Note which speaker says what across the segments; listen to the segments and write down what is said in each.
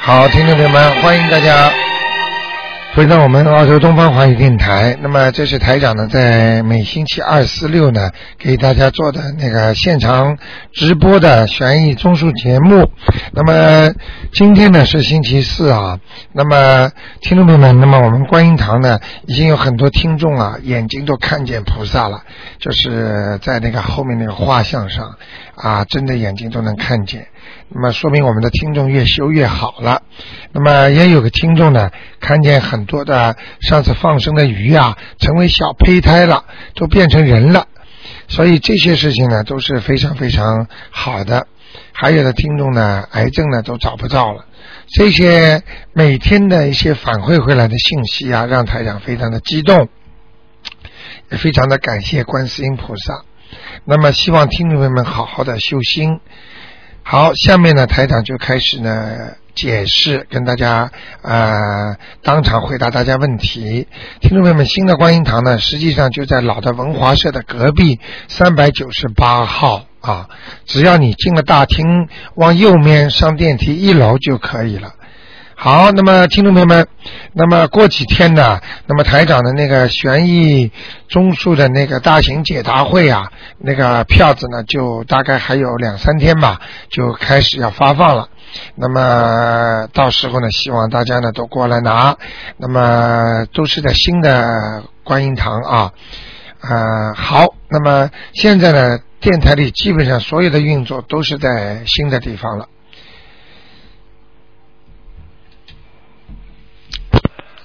Speaker 1: 好，听众朋友们，欢迎大家回到我们澳洲东方华语电台。那么，这是台长呢，在每星期二、四、六呢，给大家做的那个现场直播的悬疑综述节目。那么，今天呢是星期四啊。那么，听众朋友们，那么我们观音堂呢，已经有很多听众啊，眼睛都看见菩萨了，就是在那个后面那个画像上啊，真的眼睛都能看见。那么说明我们的听众越修越好了。那么也有个听众呢，看见很多的上次放生的鱼啊，成为小胚胎了，都变成人了。所以这些事情呢都是非常非常好的。还有的听众呢，癌症呢都找不到了。这些每天的一些反馈回来的信息啊，让台长非常的激动，也非常的感谢观世音菩萨。那么希望听众朋友们好好的修心。好，下面呢，台长就开始呢解释，跟大家呃当场回答大家问题。听众朋友们，新的观音堂呢，实际上就在老的文华社的隔壁三百九十八号啊。只要你进了大厅，往右面上电梯一楼就可以了。好，那么听众朋友们，那么过几天呢，那么台长的那个悬疑综述的那个大型解答会啊，那个票子呢，就大概还有两三天吧，就开始要发放了。那么到时候呢，希望大家呢都过来拿。那么都是在新的观音堂啊，呃，好，那么现在呢，电台里基本上所有的运作都是在新的地方了。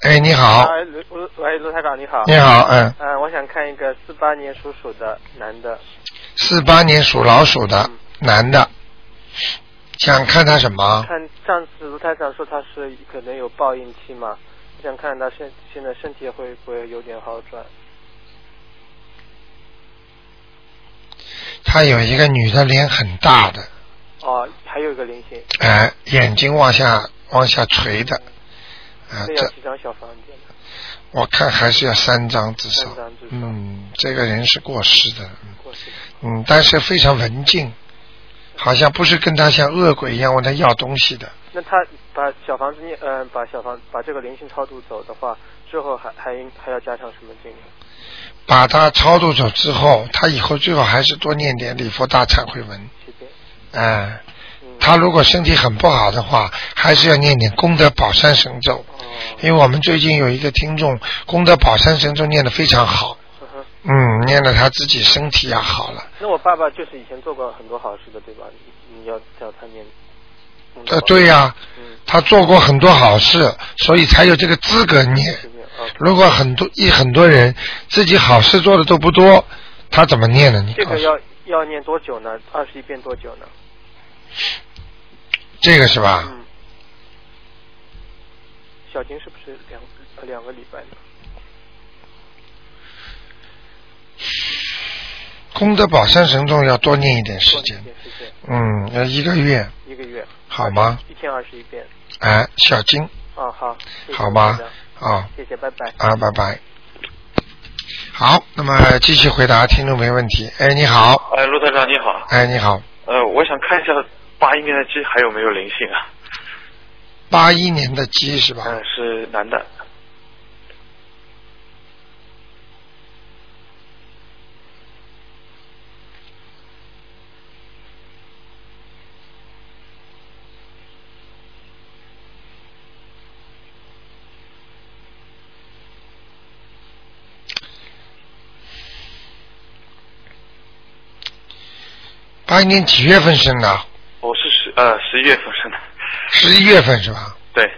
Speaker 1: 哎，你好，
Speaker 2: 哎，卢卢喂，卢台长，你好。
Speaker 1: 你好，嗯，
Speaker 2: 嗯、我想看一个四八年属鼠的男的，
Speaker 1: 四八年属老鼠的男的，想看他什么？
Speaker 2: 看上次卢台长说他是可能有报应期嘛，我想看他现现在身体会不会有点好转？
Speaker 1: 他有一个女的脸很大的，
Speaker 2: 哦，还有一个菱形，
Speaker 1: 哎，眼睛往下往下垂的，啊，
Speaker 2: 那要
Speaker 1: 这
Speaker 2: 几张小房间？
Speaker 1: 我看还是要三张至
Speaker 2: 三
Speaker 1: 少。
Speaker 2: 张至少。
Speaker 1: 嗯，这个人是过世的，
Speaker 2: 过去
Speaker 1: 嗯，但是非常文静，好像不是跟他像恶鬼一样问他要东西的。
Speaker 2: 那他把小房子念，嗯、把小房把这个菱形超度走的话，之后还还应还要加上什么经？
Speaker 1: 把他超度走之后，他以后最好还是多念点礼佛大忏悔文，
Speaker 2: 七遍。
Speaker 1: 哎、
Speaker 2: 嗯。
Speaker 1: 他如果身体很不好的话，还是要念念功德宝山神咒，
Speaker 2: 哦。
Speaker 1: 因为我们最近有一个听众功德宝山神咒念得非常好，
Speaker 2: 嗯哼
Speaker 1: 嗯，念了他自己身体也好了。
Speaker 2: 那我爸爸就是以前做过很多好事的，对吧？你你要叫他念。
Speaker 1: 呃，对呀、
Speaker 2: 嗯，
Speaker 1: 他做过很多好事，所以才有这个资格念。
Speaker 2: 这边啊，
Speaker 1: 如果很多一很多人自己好事做的都不多，他怎么念呢？你啊
Speaker 2: 这
Speaker 1: 告
Speaker 2: 个
Speaker 1: 诉我
Speaker 2: 要要念多久呢？二十一遍多久呢？
Speaker 1: 这个是吧？
Speaker 2: 嗯，小金是不是两呃两个礼拜呢？
Speaker 1: 功德宝山神咒要多念一点时
Speaker 2: 多
Speaker 1: 间
Speaker 2: 念，一点时间，
Speaker 1: 嗯，要一个月，
Speaker 2: 一个月，
Speaker 1: 好吗？
Speaker 2: 一天二十一遍。
Speaker 1: 哎，小金
Speaker 2: 啊，好，谢谢
Speaker 1: 好吧
Speaker 2: 台长
Speaker 1: 啊
Speaker 2: 谢谢，拜拜。
Speaker 1: 啊，拜拜。好，那么继续回答听众朋友问题。哎，你好，
Speaker 3: 哎，卢台长你好，
Speaker 1: 哎，你好，
Speaker 3: 呃，我想看一下八一年的鸡还有没有灵性啊？
Speaker 1: 八一年的鸡是吧？
Speaker 3: 嗯，是男的，
Speaker 1: 八一年几月份生的？
Speaker 3: 我是十呃十一月份生的，
Speaker 1: 十一月份是吧？
Speaker 3: 对，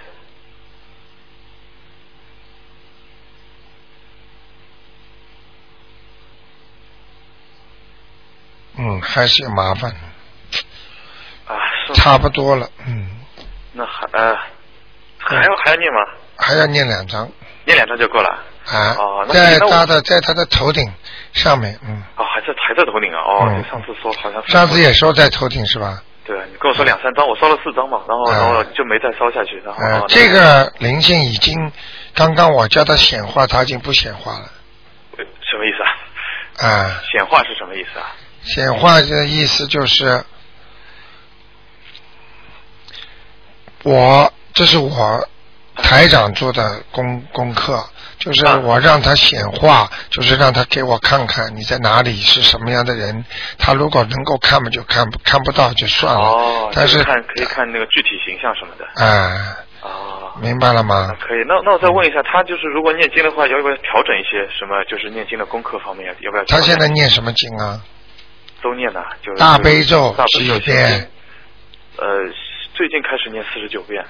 Speaker 1: 嗯，还是有麻烦，
Speaker 3: 啊是吗
Speaker 1: 差不多了，嗯，
Speaker 3: 那还呃还要还要念吗？
Speaker 1: 还要念两张
Speaker 3: 念两张就够了。
Speaker 1: 啊，
Speaker 3: 哦那
Speaker 1: 在
Speaker 3: 那我
Speaker 1: 他的在他的头顶上面，嗯，
Speaker 3: 哦，还在还在头顶啊？哦，
Speaker 1: 嗯
Speaker 3: 你上次说好像是
Speaker 1: 上次也说在头顶是吧？
Speaker 3: 对，你跟我说两三张，我烧了四张嘛，然后
Speaker 1: 嗯
Speaker 3: 然后就没再烧下去，然后、
Speaker 1: 呃
Speaker 3: 哦，
Speaker 1: 这个灵性已经，刚刚我叫他显化，他已经不显化了
Speaker 3: 呃什么意思啊？
Speaker 1: 啊。
Speaker 3: 显化是什么意思啊？
Speaker 1: 显化的意思就是，我这是我台长做的功功课，就是
Speaker 3: 啊
Speaker 1: 我让他显化，就是让他给我看看你在哪里是什么样的人。他如果能够看嘛就看，看不到就算了。
Speaker 3: 哦，
Speaker 1: 但
Speaker 3: 就是
Speaker 1: 是
Speaker 3: 看可以看那个具体形象什么的。
Speaker 1: 啊，
Speaker 3: 哦，
Speaker 1: 明白了吗
Speaker 3: 那？可以。那那我再问一下，他就是如果念经的话，要不要调整一些什么？就是念经的功课方面，要不要调
Speaker 1: 他
Speaker 3: 整？
Speaker 1: 现在念什么经啊？
Speaker 3: 都念呢，就是
Speaker 1: 大悲咒
Speaker 3: 大悲
Speaker 1: 只有
Speaker 3: 心经
Speaker 1: 念。
Speaker 3: 呃，最近开始念四十九遍，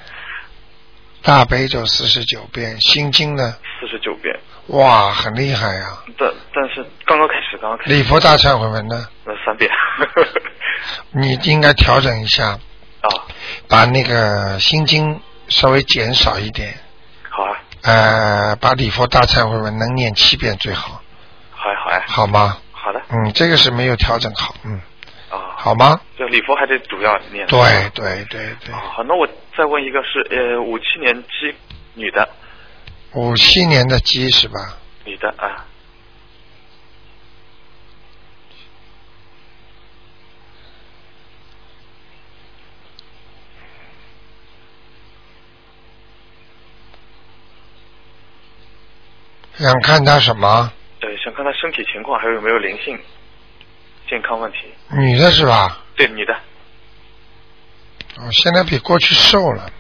Speaker 1: 大悲咒四十九遍，心经呢？
Speaker 3: 四十九遍。
Speaker 1: 哇，很厉害啊！
Speaker 3: 但但是刚刚开始，刚刚开始
Speaker 1: 礼佛大忏悔文呢？
Speaker 3: 那三遍。
Speaker 1: 你应该调整一下，
Speaker 3: 啊，
Speaker 1: 把那个心经稍微减少一点，
Speaker 3: 好啊，
Speaker 1: 呃，把礼佛大忏悔文能念七遍最好，
Speaker 3: 好啊，好啊，
Speaker 1: 好吗？
Speaker 3: 好的啊
Speaker 1: 嗯，这个是没有调整好，嗯，。
Speaker 3: 哦
Speaker 1: 好吗？
Speaker 3: 就礼佛还得主要念。
Speaker 1: 对对对对
Speaker 3: 哦。，好，那我再问一个是，呃，五七年鸡女的，
Speaker 1: 五七年的鸡是吧？
Speaker 3: 女的啊，
Speaker 1: 想看他什么？
Speaker 3: 对，呃想看她身体情况，还有没有灵性、健康问题。
Speaker 1: 女的是吧？
Speaker 3: 对，女的。
Speaker 1: 哦，现在比过去瘦了，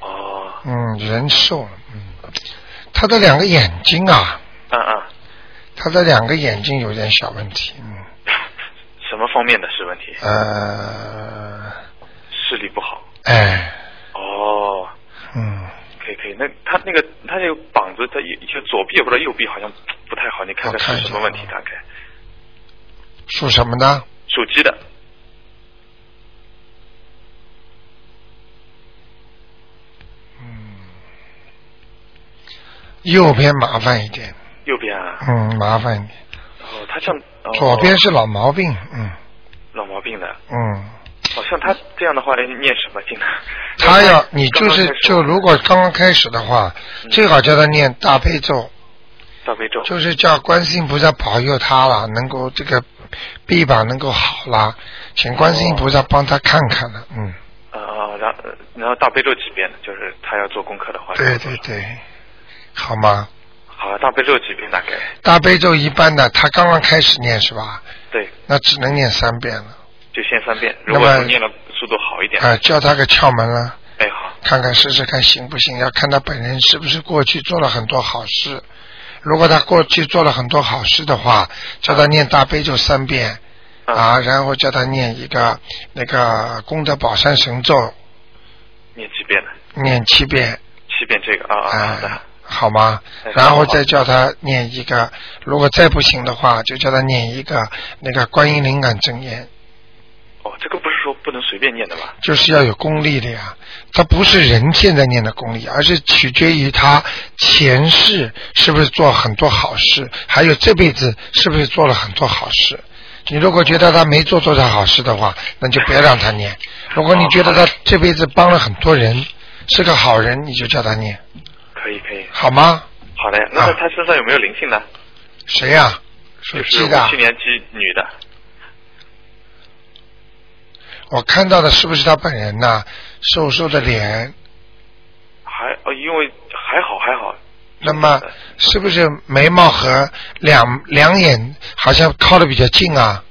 Speaker 3: 哦，
Speaker 1: 嗯，人瘦了，嗯，他的两个眼睛啊，
Speaker 3: 嗯嗯，
Speaker 1: 他的两个眼睛有点小问题，嗯，
Speaker 3: 什么方面的是问题？
Speaker 1: 呃，
Speaker 3: 视力不好。
Speaker 1: 哎，
Speaker 3: 哦，
Speaker 1: 嗯，
Speaker 3: 可以可以，那她那个她那个膀子，她也就左臂或者右臂好像不太好，你看
Speaker 1: 我
Speaker 3: 看
Speaker 1: 看
Speaker 3: 是
Speaker 1: 一下
Speaker 3: 什么问题
Speaker 1: 啊？
Speaker 3: 大概
Speaker 1: 属什么呢？
Speaker 3: 属鸡的，
Speaker 1: 嗯右边麻烦一点，
Speaker 3: 右边啊。
Speaker 1: 嗯，麻烦一点，
Speaker 3: 哦，她像、哦、
Speaker 1: 左边是老毛病，嗯
Speaker 3: 老毛病的。
Speaker 1: 嗯，
Speaker 3: 哦，像她这样的话，念什么经呢？
Speaker 1: 他要你就
Speaker 3: 刚刚开
Speaker 1: 是
Speaker 3: 始
Speaker 1: 就如果刚刚开始的话，
Speaker 3: 嗯
Speaker 1: 最好叫他念大悲咒，
Speaker 3: 大悲咒。
Speaker 1: 就是叫观世音菩萨保佑他了，能够这个臂膀能够好了，请观世音菩
Speaker 3: 哦
Speaker 1: 萨帮他看看了，嗯，
Speaker 3: 呃，然呃然后大悲咒几遍呢？就是他要做功课的话。
Speaker 1: 对对。对，好吗？
Speaker 3: 好，大悲咒几遍大概？
Speaker 1: 大悲咒一般的，他刚刚开始念是吧？
Speaker 3: 对，
Speaker 1: 那只能念三遍了，
Speaker 3: 就先三遍。
Speaker 1: 那
Speaker 3: 如果
Speaker 1: 么
Speaker 3: 说念了速度好一点，
Speaker 1: 啊、教他个窍门了。
Speaker 3: 哎好，
Speaker 1: 看看试试看行不行，要看他本人是不是过去做了很多好事。如果他过去做了很多好事的话，叫他念大悲咒三遍
Speaker 3: 嗯
Speaker 1: 啊，然后叫他念一个那个功德宝山神咒
Speaker 3: 念几遍呢？
Speaker 1: 念七遍
Speaker 3: 七遍这个啊啊好的
Speaker 1: 啊，好吗
Speaker 3: 哎？
Speaker 1: 然后
Speaker 3: 好
Speaker 1: 再叫他念一个，如果再不行的话，就叫他念一个那个观音灵感真言，
Speaker 3: 哦，这个不是说不能随便念的吧？
Speaker 1: 就是要有功力的呀。他不是人现在念的功力，而是取决于他前世是不是做很多好事，还有这辈子是不是做了很多好事。你如果觉得他没做多少好事的话，那就别让他念。如果你觉得他这辈子帮了很多人，是个好人，你就叫他念，
Speaker 3: 可以可以，
Speaker 1: 好吗？
Speaker 3: 好的呀。那
Speaker 1: 啊
Speaker 3: 他身上有没有灵性呢？
Speaker 1: 谁呀、属
Speaker 3: 就是
Speaker 1: 鸡
Speaker 3: 五
Speaker 1: 的啊
Speaker 3: 七，年鸡女的。
Speaker 1: 我看到的是不是他本人呐、瘦瘦的脸，
Speaker 3: 还哦，因为还好还好，
Speaker 1: 那么是不是眉毛和两两眼好像靠的比较近啊？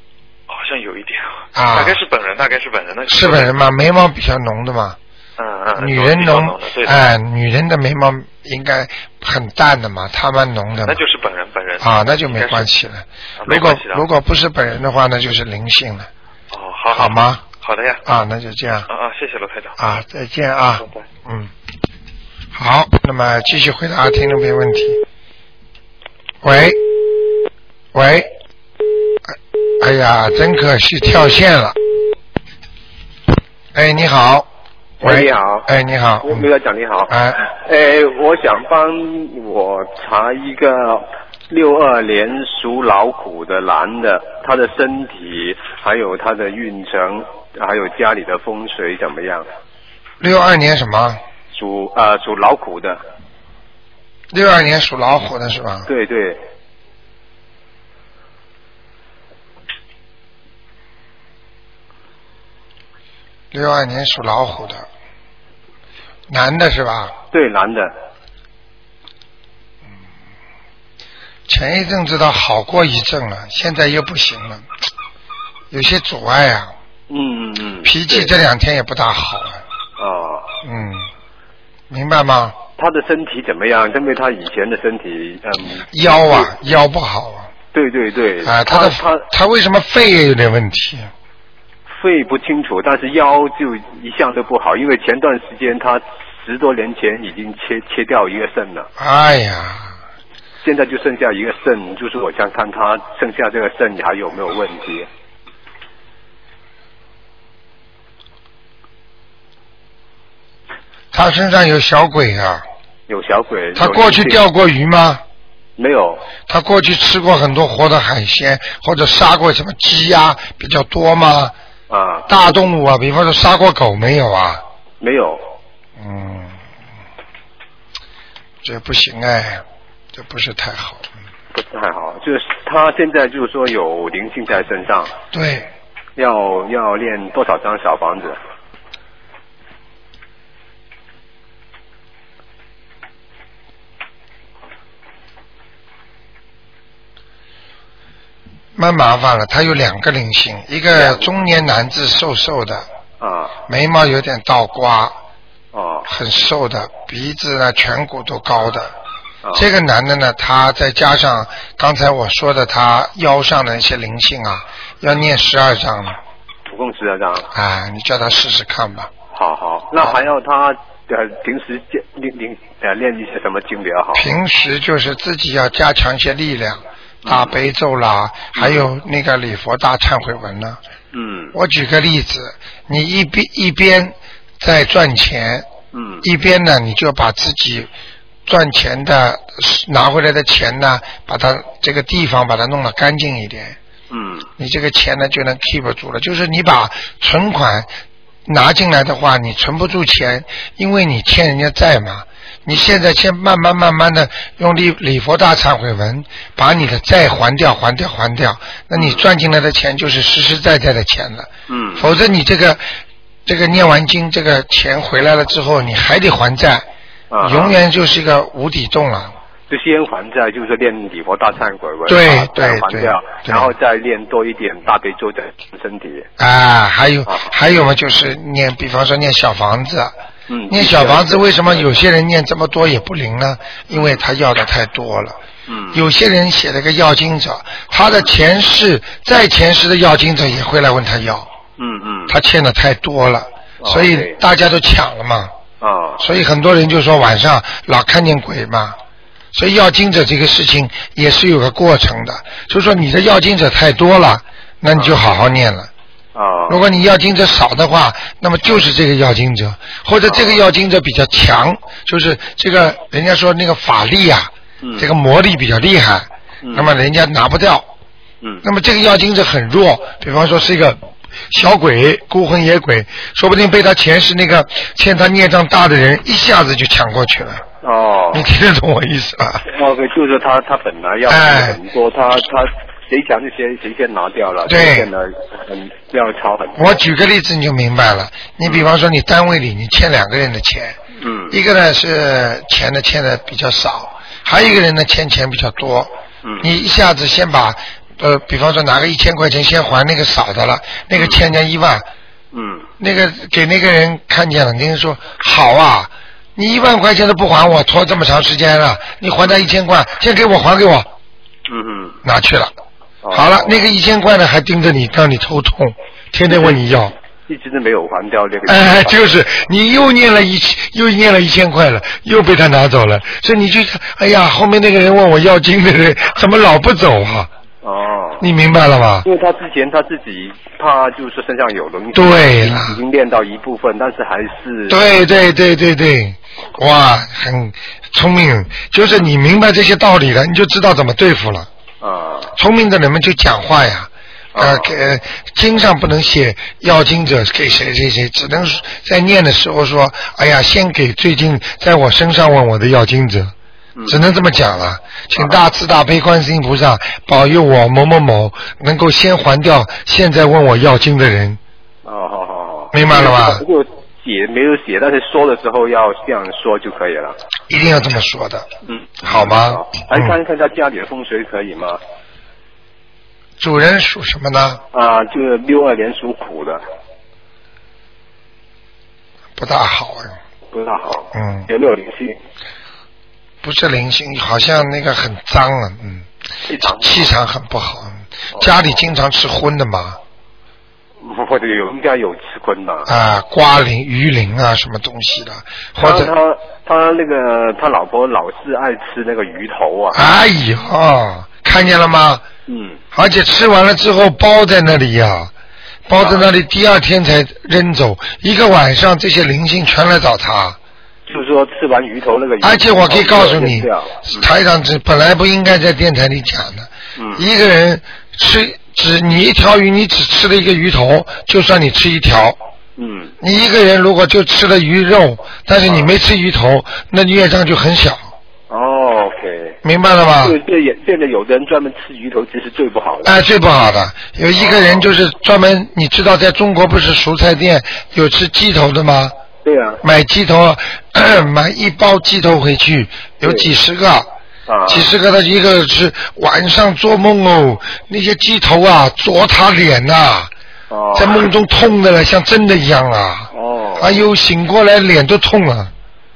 Speaker 3: 好像有一点，
Speaker 1: 啊
Speaker 3: 大概是本人，大概是本人的，
Speaker 1: 是本人吗？眉毛比较浓的嘛，
Speaker 3: 嗯嗯，
Speaker 1: 女人
Speaker 3: 比较
Speaker 1: 浓
Speaker 3: 的，对，，
Speaker 1: 哎，女人的眉毛应该很淡的嘛，她蛮浓的嘛
Speaker 3: 那就是本人本人
Speaker 1: 啊，那就没关
Speaker 3: 系。
Speaker 1: 系了。
Speaker 3: 啊没
Speaker 1: 如果
Speaker 3: 关系的啊
Speaker 1: 如果不是本人的话，那就是灵性了，
Speaker 3: 哦，好
Speaker 1: 好？吗？
Speaker 3: 好的呀，
Speaker 1: 啊，那就这样
Speaker 3: 啊啊，谢谢罗台长，
Speaker 1: 啊，再见啊
Speaker 3: 拜，拜。
Speaker 1: 嗯，好，那么继续回答听众朋友问题。喂，喂，哎哎呀，真可惜，跳线了。哎，你好，喂，
Speaker 4: 喂你好
Speaker 1: 哎，你好，嗯
Speaker 4: 刘校长你好，
Speaker 1: 哎，
Speaker 4: 哎，我想帮我查一个六二年属老虎的男的，他的身体还有他的运程，还有家里的风水怎么样？
Speaker 1: 六二年什么？
Speaker 4: 属呃属老虎的，
Speaker 1: 六二年属老虎的是吧？
Speaker 4: 对对，
Speaker 1: 六二年属老虎的，男的是吧？
Speaker 4: 对，男的，
Speaker 1: 前一阵子倒好过一阵了，现在又不行了，有些阻碍啊，
Speaker 4: 嗯嗯嗯，
Speaker 1: 脾气
Speaker 4: 对
Speaker 1: 这两天也不大好啊。
Speaker 4: 哦，
Speaker 1: 嗯，明白吗？
Speaker 4: 他的身体怎么样？因为他以前的身体，嗯，
Speaker 1: 腰啊，腰不好啊。
Speaker 4: 对对对，
Speaker 1: 啊，他
Speaker 4: 他
Speaker 1: 的他为什么肺也有点问题？啊
Speaker 4: 肺不清楚，但是腰就一向都不好，因为前段时间他十多年前已经切切掉一个肾了，
Speaker 1: 哎呀，
Speaker 4: 现在就剩下一个肾，就是我想看他剩下这个肾还有没有问题。
Speaker 1: 他身上有小鬼啊！
Speaker 4: 有小鬼，
Speaker 1: 他
Speaker 4: 有
Speaker 1: 过去
Speaker 4: 灵性
Speaker 1: 钓过鱼吗？
Speaker 4: 没有？
Speaker 1: 他过去吃过很多活的海鲜，或者杀过什么鸡呀、比较多吗？
Speaker 4: 啊，
Speaker 1: 大动物啊，比方说杀过狗没有啊？
Speaker 4: 没有。
Speaker 1: 嗯，这不行哎，这不是太好。
Speaker 4: 不是太好，就是他现在就是说有灵性在身上，
Speaker 1: 对，
Speaker 4: 要要练多少张小房子？
Speaker 1: 蛮麻烦了。他有两个灵性，一个中年男子，瘦瘦的，
Speaker 4: 啊，
Speaker 1: 眉毛有点倒刮，
Speaker 4: 哦，
Speaker 1: 很瘦的，鼻子呢颧骨都高的。
Speaker 4: 啊
Speaker 1: 这个男的呢，他再加上刚才我说的他腰上的一些灵性啊，要念十二章了。
Speaker 4: 总共十二张，
Speaker 1: 啊，你叫他试试看吧。
Speaker 4: 好好，那还要他呃平时练练练呃练一些什么经比较好？
Speaker 1: 平时就是自己要加强一些力量，
Speaker 4: 嗯
Speaker 1: 大悲咒啦，还有那个礼佛大忏悔文啦。
Speaker 4: 嗯
Speaker 1: 我举个例子，你一边一边在赚钱，
Speaker 4: 嗯
Speaker 1: 一边呢你就把自己赚钱的拿回来的钱呢，把它这个地方把它弄得干净一点，
Speaker 4: 嗯
Speaker 1: 你这个钱呢就能 keep 住了。就是你把存款拿进来的话，你存不住钱，因为你欠人家债嘛。你现在先慢慢慢慢的用礼礼佛大忏悔文把你的债还掉，还掉，还掉，那你赚进来的钱就是实实在在的钱了。
Speaker 4: 嗯，
Speaker 1: 否则你这个这个念完经，这个钱回来了之后，你还得还债，
Speaker 4: 啊，
Speaker 1: 永远就是一个无底洞啊了。
Speaker 4: 就先还债，就是练礼佛大忏悔文，
Speaker 1: 对
Speaker 4: 把债
Speaker 1: 对
Speaker 4: 还
Speaker 1: 对
Speaker 4: 掉，
Speaker 1: 对
Speaker 4: 然后再练多一点大悲咒的身体。
Speaker 1: 啊，还有
Speaker 4: 啊
Speaker 1: 还有嘛，就是念，比方说念小房子，啊
Speaker 4: 嗯，
Speaker 1: 念小房子为什么有些人念这么多也不灵呢？因为他要的太多了。
Speaker 4: 嗯
Speaker 1: 有些人写了个要经者，他的前世再前世的要经者也会来问他要，
Speaker 4: 嗯嗯
Speaker 1: 他欠的太多了，
Speaker 4: 哦
Speaker 1: 所以
Speaker 4: 对
Speaker 1: 大家都抢了嘛。
Speaker 4: 啊
Speaker 1: 所以很多人就说晚上老看见鬼嘛。所以要经者这个事情也是有个过程的，就是说你的要经者太多了，那你就好好念了。
Speaker 4: 啊
Speaker 1: 如果你要经者少的话，那么就是这个要经者，或者这个要经者比较强，就是这个人家说那个法力啊，
Speaker 4: 嗯
Speaker 1: 这个魔力比较厉害，
Speaker 4: 嗯
Speaker 1: 那么人家拿不掉。
Speaker 4: 嗯
Speaker 1: 那么这个要经者很弱，比方说是一个小鬼、孤魂野鬼，说不定被他前世那个欠他孽障大的人一下子就抢过去了。
Speaker 4: 哦
Speaker 1: 你听得懂我意思吧？
Speaker 4: 那个就是他，他本来要
Speaker 1: 哎
Speaker 4: 很多，他他谁强就谁谁先拿掉了，
Speaker 1: 对
Speaker 4: 谁先了很要超很多。
Speaker 1: 我举个例子你就明白了。你比方说你单位里你欠两个人的钱，
Speaker 4: 嗯
Speaker 1: 一个呢是钱呢欠的比较少，还有一个人呢欠钱比较多。
Speaker 4: 嗯
Speaker 1: 你一下子先把呃，比方说拿个一千块钱先还那个少的了，那个欠人家一万，
Speaker 4: 嗯
Speaker 1: 那个给那个人看见了，那个人说好啊，你一万块钱都不还我，拖这么长时间了，你还他一千块，先给我还给我，
Speaker 4: 嗯
Speaker 1: 拿去了。
Speaker 4: 嗯，
Speaker 1: 好了
Speaker 4: 哦，
Speaker 1: 那个一千块呢还盯着你，让你头痛，天天问你要。
Speaker 4: 一直都没有还掉这个。
Speaker 1: 哎，就是你又念了一千，又念了一千块了，又被他拿走了，所以你就哎呀，后面那个人问我要金的人怎么老不走啊？
Speaker 4: 哦，
Speaker 1: 你明白了吗？
Speaker 4: 因为他之前他自己他就是身上有东西，
Speaker 1: 对了
Speaker 4: 已经练到一部分，但是还是
Speaker 1: 对对对对对，哇，很聪明，就是你明白这些道理了，你就知道怎么对付了。
Speaker 4: 啊
Speaker 1: 聪明的人们就讲话呀，呃
Speaker 4: 哦，
Speaker 1: 给呃经上不能写要经者给谁谁谁，只能在念的时候说，哎呀，先给最近在我身上问我的要经者
Speaker 4: 嗯。
Speaker 1: 只能这么讲了，请大慈大悲观世音菩萨保佑我某某某能够先还掉现在问我要经的人。
Speaker 4: 哦，好好好，
Speaker 1: 明白了吧
Speaker 4: 不过写没有写，但是说的时候要这样说就可以了。
Speaker 1: 一定要这么说的，
Speaker 4: 嗯，
Speaker 1: 好吗
Speaker 4: 好？，来看
Speaker 1: 嗯，
Speaker 4: 一看他家里的风水可以吗？
Speaker 1: 主人属什么呢？
Speaker 4: 啊，就是六二年属虎的，
Speaker 1: 不大好啊，
Speaker 4: 不大好。
Speaker 1: 嗯
Speaker 4: 有没有灵性？
Speaker 1: 不是灵性，好像那个很脏啊，嗯，
Speaker 4: 气场。
Speaker 1: 气场很不好，嗯
Speaker 4: 哦
Speaker 1: 家里经常吃荤的嘛，
Speaker 4: 或者有应该有吃荤吧？
Speaker 1: 啊，瓜鳞、鱼鳞啊，什么东西的，或
Speaker 4: 他
Speaker 1: 者，
Speaker 4: 他他那个他老婆老是爱吃那个鱼头啊。
Speaker 1: 哎呦，看见了吗？
Speaker 4: 嗯。
Speaker 1: 而且吃完了之后包在那里呀、包在那里，第二天才扔走，一个晚上这些灵性全来找他。
Speaker 4: 就是说吃完鱼头那个鱼头。
Speaker 1: 而且我可以告诉
Speaker 4: 就
Speaker 1: 你
Speaker 4: 这样，
Speaker 1: 台长这本来不应该在电台里讲的。
Speaker 4: 嗯
Speaker 1: 一个人吃只你一条鱼，你只吃了一个鱼头，就算你吃一条。
Speaker 4: 嗯啊
Speaker 1: 你一个人如果就吃了鱼肉，但是你没吃鱼头，那业障就很小，
Speaker 4: 哦，OK。
Speaker 1: 明白了吧？
Speaker 4: 就这也变得有的人专门吃鱼头，其实最不好的。
Speaker 1: 哎，最不好的有一个
Speaker 4: 啊
Speaker 1: 人就是专门，你知道在中国不是蔬菜店有吃鸡头的吗？
Speaker 4: 对啊，
Speaker 1: 买鸡头， 买一包鸡头回去，有
Speaker 4: 对
Speaker 1: 几十个，
Speaker 4: 啊，
Speaker 1: 几十个他一个吃，晚上做梦哦，那些鸡头啊啄他脸呐、
Speaker 4: 哦
Speaker 1: 在梦中痛的了，像真的一样啊！
Speaker 4: 哦，
Speaker 1: 哎呦，醒过来脸都痛了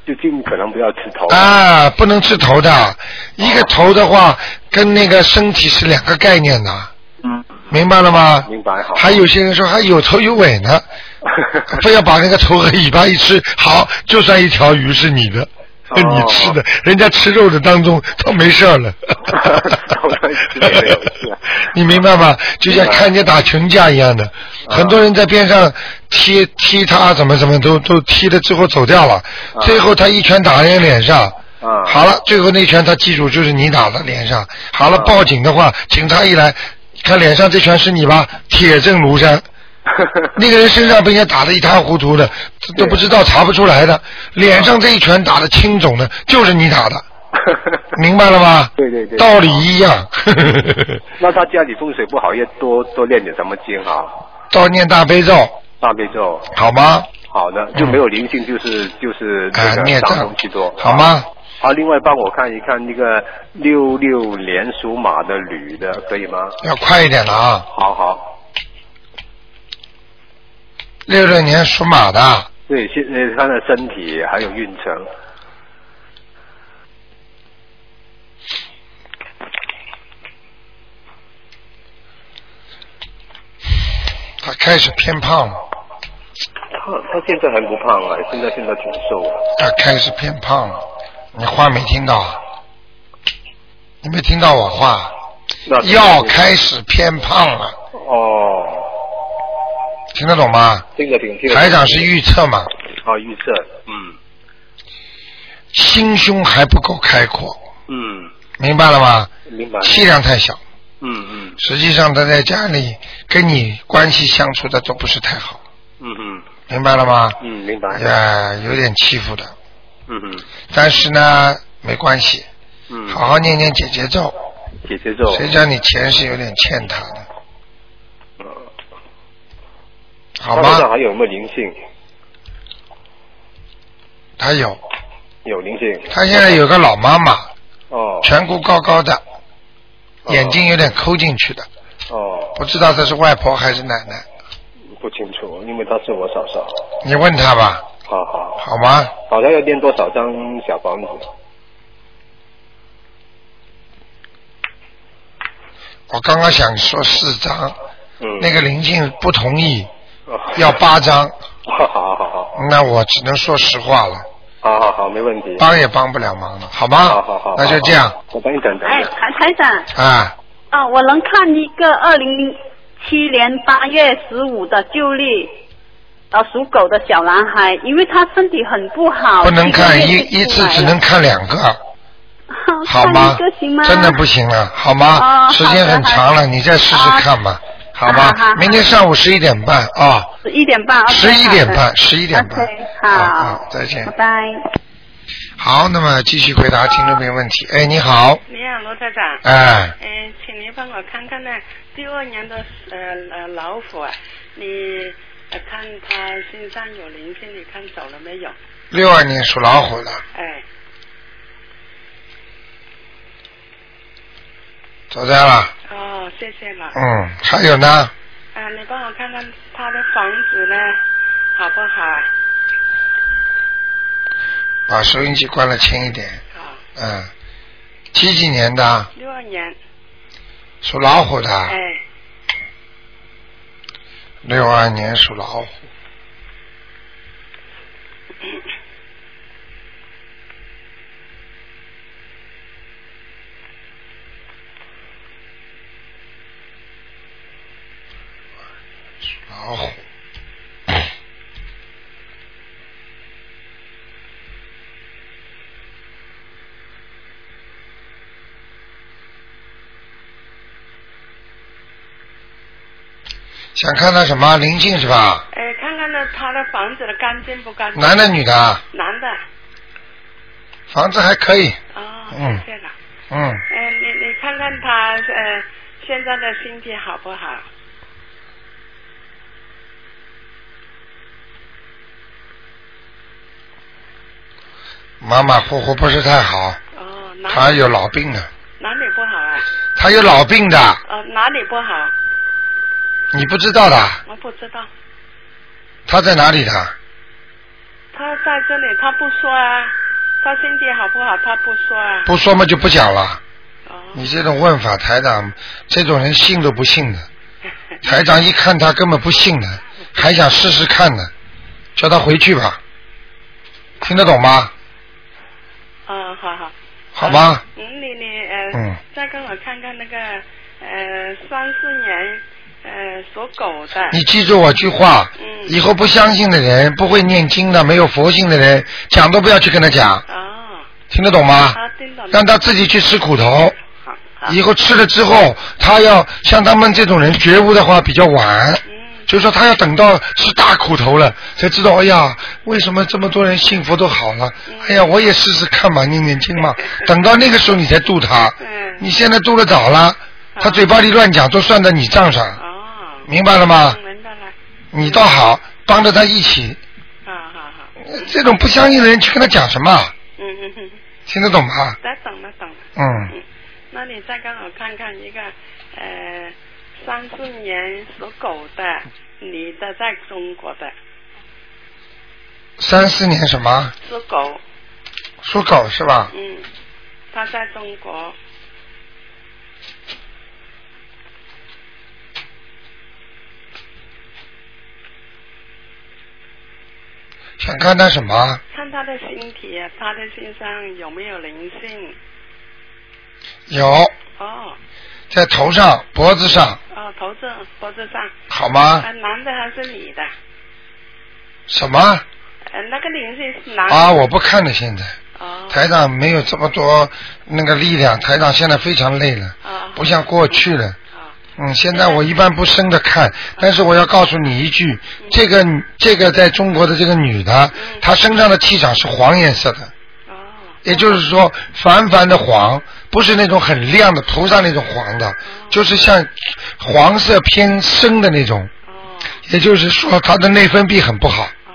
Speaker 4: 就尽可能不要吃头。
Speaker 1: 啊！不能吃头的，一个头的话跟那个身体是两个概念的，
Speaker 4: 嗯，
Speaker 1: 明白了吗？
Speaker 4: 明白好。
Speaker 1: 还有些人说还有头有尾 呢，非要把那个头和尾巴一吃，好，就算一条鱼是你的，
Speaker 4: 哦
Speaker 1: 你吃的，人家吃肉的当中他没事儿了
Speaker 4: 吃肉没有事啊。
Speaker 1: 你明白吗？就像看人家打群架一样
Speaker 4: 啊
Speaker 1: 的，很多人在边上踢踢他，怎么怎么都都踢了之后走掉了，最后他一拳打人脸上。
Speaker 4: 啊，
Speaker 1: 好了，最后那拳他记住就是你打的脸上。好了，报警的话，警察一来，看脸上这拳是你吧？铁证如山。那个人身上被人家打得一塌糊涂的，都不知道查不出来的。脸上这一拳打的青肿的，就是你打的，明白了 吗？
Speaker 4: 对对对
Speaker 1: 道理一 样。
Speaker 4: 那他家里风水不好，要多多练点什么经啊？
Speaker 1: 照念大悲咒，
Speaker 4: 大悲咒，
Speaker 1: 好吗？
Speaker 4: 好的，就没有灵性，就是就是
Speaker 1: 啊
Speaker 4: 那，个
Speaker 1: 念
Speaker 4: 脏
Speaker 1: 障
Speaker 4: 东西多，，
Speaker 1: 好？吗？
Speaker 4: 好，另外帮我看一看那个六六年属马的女的，可以吗？
Speaker 1: 要快一点了啊！
Speaker 4: 好好，
Speaker 1: 六六年属马的，
Speaker 4: 对，现在她的身体还有运程，
Speaker 1: 他开始偏胖了，
Speaker 4: 她她现在还不胖啊，现在现在挺瘦啊。
Speaker 1: 他开始偏胖了。你话没听到啊？你没听到我话？
Speaker 4: 那
Speaker 1: 要开始偏胖了，
Speaker 4: 哦，
Speaker 1: 听得懂吗？
Speaker 4: 这个挺这个
Speaker 1: 台长是预测嘛，
Speaker 4: 好预测，嗯
Speaker 1: 心胸还不够开阔，
Speaker 4: 嗯，
Speaker 1: 明白了吗？
Speaker 4: 明白，
Speaker 1: 气量太小，
Speaker 4: 嗯嗯
Speaker 1: 实际上他在家里跟你关系相处的都不是太好，
Speaker 4: 嗯嗯
Speaker 1: 明白了吗？
Speaker 4: 嗯，明白，
Speaker 1: 呀，有点欺负的，
Speaker 4: 嗯嗯
Speaker 1: 但是呢，没关系，
Speaker 4: 嗯，
Speaker 1: 好，好念念姐姐咒，
Speaker 4: 姐姐咒，
Speaker 1: 谁叫你前世有点欠他的，好
Speaker 4: 她身上
Speaker 1: 吗？
Speaker 4: 还有没有灵性？
Speaker 1: 他有，
Speaker 4: 有灵性，
Speaker 1: 他现在有个老妈妈，
Speaker 4: 哦
Speaker 1: 颧骨高高的，
Speaker 4: 哦
Speaker 1: 眼睛有点抠进去的，
Speaker 4: 哦，
Speaker 1: 不知道这是外婆还是奶奶，
Speaker 4: 不清楚，因为她是我嫂嫂，
Speaker 1: 你问他吧，
Speaker 4: 好好。
Speaker 1: 好吗？
Speaker 4: 好像要练多少张小房子？
Speaker 1: 我刚刚想说四张，
Speaker 4: 嗯，
Speaker 1: 那个 林静不同意，
Speaker 4: 哦
Speaker 1: 要，八张，
Speaker 4: 好好好好
Speaker 1: 那我只能说实话了，
Speaker 4: 好好好，没问题。
Speaker 1: 帮也帮不了忙了，好吗？
Speaker 4: 好嗯好好，
Speaker 1: 那就这样。
Speaker 4: 我帮你等等
Speaker 5: 哎，
Speaker 4: 等。
Speaker 5: 台台长
Speaker 1: 啊，
Speaker 5: 啊，我能看一个二零零七年八月十五的旧历，呃，属狗的小男孩，因为他身体很不好，
Speaker 1: 不能看一
Speaker 5: 一
Speaker 1: 一次只能看两个，
Speaker 5: 看
Speaker 1: 好
Speaker 5: 看一
Speaker 1: 吗
Speaker 5: 个行吗？
Speaker 1: 真的不行了，好吗？
Speaker 5: 哦
Speaker 1: 时间很长了，你再试试看吧，好吗
Speaker 5: 好好好？
Speaker 1: 明天上午十一点半啊，
Speaker 5: 十一点半，哦
Speaker 1: 十一点半，十一
Speaker 5: 一
Speaker 1: 点半
Speaker 5: OK，，
Speaker 1: 啊
Speaker 5: 好，
Speaker 1: 再见
Speaker 5: 拜。拜。
Speaker 1: 好，那么继续回答听众朋友问题。哎，你好，
Speaker 6: 你好，罗台长。
Speaker 1: 哎，
Speaker 6: 嗯，请您帮我看看呢，六二年的呃呃老虎啊，你呃看他身上有灵性，你看走了没有？
Speaker 1: 六二年属老虎的，
Speaker 6: 哎，
Speaker 1: 走掉了。
Speaker 6: 哦，谢谢了。
Speaker 1: 嗯，还有呢，
Speaker 6: 啊，你帮我看看他的房子呢，好不好啊？
Speaker 1: 把收音机关了轻一点。
Speaker 6: 好，
Speaker 1: 嗯，几几年的？
Speaker 6: 六二年，
Speaker 1: 属老虎的。
Speaker 6: 哎，
Speaker 1: 六二年属老 虎。属老虎。想看他什么灵性是吧？
Speaker 6: 哎，看看呢他的房子的干净不干净？
Speaker 1: 男的女的啊？
Speaker 6: 男的。
Speaker 1: 房子还可以，
Speaker 6: 哦，
Speaker 1: 嗯
Speaker 6: 谢谢了。
Speaker 1: 嗯，
Speaker 6: 哎，你你看看他呃现在的身体好不好？
Speaker 1: 马马虎虎不是太好，
Speaker 6: 哦，哪
Speaker 1: 他有老病的，
Speaker 6: 哪里不好啊？
Speaker 1: 他有老病的，
Speaker 6: 哦，哪里不好？
Speaker 1: 你不知道的，
Speaker 6: 我不知道。
Speaker 1: 他在哪里的？
Speaker 6: 他在这里，他不说啊。他身体好不好？他不说啊。
Speaker 1: 不说嘛就不讲了。
Speaker 6: 哦，
Speaker 1: 你这种问法，台长这种人信都不信的，台长一看他根本不信的，还想试试看呢，叫他回去吧，听得懂吗？
Speaker 6: 嗯，好好。
Speaker 1: 好吗？
Speaker 6: 嗯，你你呃，
Speaker 1: 嗯
Speaker 6: 再跟我看看那个呃三四年呃属狗的。
Speaker 1: 你记住我句话，
Speaker 6: 嗯
Speaker 1: 以后不相信的人、不会念经的、没有佛性的人，讲都不要去跟他讲，
Speaker 6: 哦，
Speaker 1: 听得懂吗？
Speaker 6: 啊，听懂了。
Speaker 1: 让他自己去吃苦头，
Speaker 6: 好好。
Speaker 1: 以后吃了之后，他要像他们这种人觉悟的话比较晚，
Speaker 6: 嗯
Speaker 1: 就是说他要等到吃大苦头了，才知道，哎呀，为什么这么多人信佛都好了？
Speaker 6: 嗯
Speaker 1: 哎呀，我也试试看嘛，念念 经嘛。等到那个时候你才度他，
Speaker 6: 嗯。啊
Speaker 1: 你现在度得早了，他嘴巴里乱讲都算在你账上，
Speaker 6: 哦。
Speaker 1: 明白了吗？
Speaker 6: 嗯明白了。
Speaker 1: 你倒好，帮着他一起。
Speaker 6: 好好好。
Speaker 1: 这种不相信的人去跟他讲什么？
Speaker 6: 嗯嗯嗯，
Speaker 1: 听得懂吗？
Speaker 6: 得懂了懂了。
Speaker 1: 嗯，
Speaker 6: 嗯，那你再刚好看看一个呃三四年属狗的女的，在中国的
Speaker 1: 三四年什么
Speaker 6: 属狗，
Speaker 1: 属狗是吧？
Speaker 6: 嗯，她在中国，
Speaker 1: 想看他什么？
Speaker 6: 看她的身体，她的身上有没有灵性？
Speaker 1: 有
Speaker 6: 哦
Speaker 1: 在头上、脖子上，
Speaker 6: 哦，头子脖子上，
Speaker 1: 好吗
Speaker 6: 啊，？男的还是女的？
Speaker 1: 什么
Speaker 6: 呃，那个灵性是男的
Speaker 1: 啊？我不看了，现在
Speaker 6: 哦
Speaker 1: 台长没有这么多那个力量，台长现在非常累了，
Speaker 6: 哦，
Speaker 1: 不像过去了。
Speaker 6: 哦嗯
Speaker 1: 嗯，现在我一般不深的看，但是我要告诉你一句，这个这个在中国的这个女的，她身上的气场是黄颜色的，
Speaker 6: 嗯哦
Speaker 1: 也就是说凡凡的黄，不是那种很亮的头上那种黄
Speaker 6: 哦
Speaker 1: 的，就是像黄色偏深的那种。
Speaker 6: 哦
Speaker 1: 也就是说，她的内分泌很不好，
Speaker 6: 哦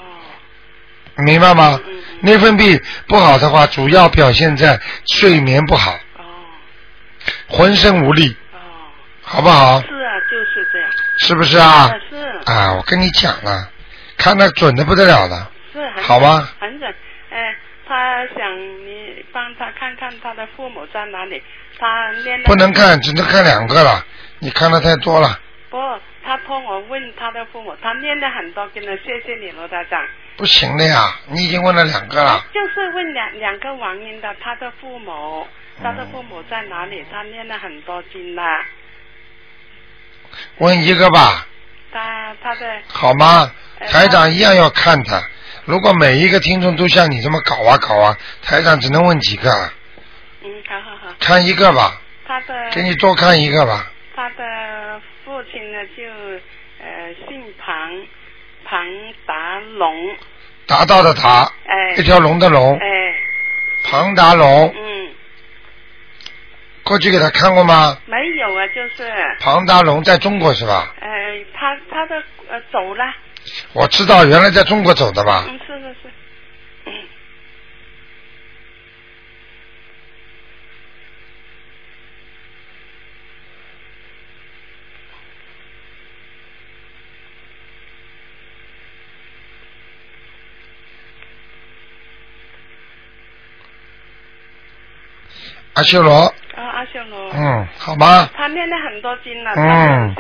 Speaker 1: 明白吗
Speaker 6: 嗯？
Speaker 1: 内分泌不好的话，主要表现在睡眠不好，
Speaker 6: 哦
Speaker 1: 浑身无力，
Speaker 6: 哦，
Speaker 1: 好不好？
Speaker 6: 是啊，就是这样，
Speaker 1: 是不是啊？
Speaker 6: 是
Speaker 1: 啊，我跟你讲了，看得准的不得了的，
Speaker 6: 是很
Speaker 1: 好吗？
Speaker 6: 很准，哎，他想你帮他看看他的父母在哪里，他念了
Speaker 1: 不能看，只能看两个了。你看的太多了，
Speaker 6: 不，他托我问他的父母，他念了很多经了，谢谢你罗大长，
Speaker 1: 不行的呀！你已经问了两个了，
Speaker 6: 就是问两两个亡人的他的父母，他的父母在哪里？他念了很多经了，
Speaker 1: 问一个吧，
Speaker 6: 他他的
Speaker 1: 好吗？
Speaker 6: 哎
Speaker 1: 台长一样要看的。如果每一个听众都像你这么搞啊搞啊，台长只能问几个啊，
Speaker 6: 嗯，好好好，
Speaker 1: 看一个吧，
Speaker 6: 他的
Speaker 1: 给你多看一个吧。
Speaker 6: 他的父亲呢就呃姓庞，庞达龙，
Speaker 1: 达到的达，
Speaker 6: 哎
Speaker 1: 一条龙的龙，
Speaker 6: 哎
Speaker 1: 庞达龙，
Speaker 6: 嗯。
Speaker 1: 过去给他看过吗？
Speaker 6: 没有啊，就是，
Speaker 1: 庞达龙在中国是吧？
Speaker 6: 呃，他他的呃走了，
Speaker 1: 我知道原来在中国走的吧？
Speaker 6: 嗯，是是是。嗯，
Speaker 1: 阿修罗，
Speaker 6: 啊，阿修罗。。
Speaker 1: 嗯，好吗？
Speaker 6: 他念了很多经了，
Speaker 1: 嗯
Speaker 6: 他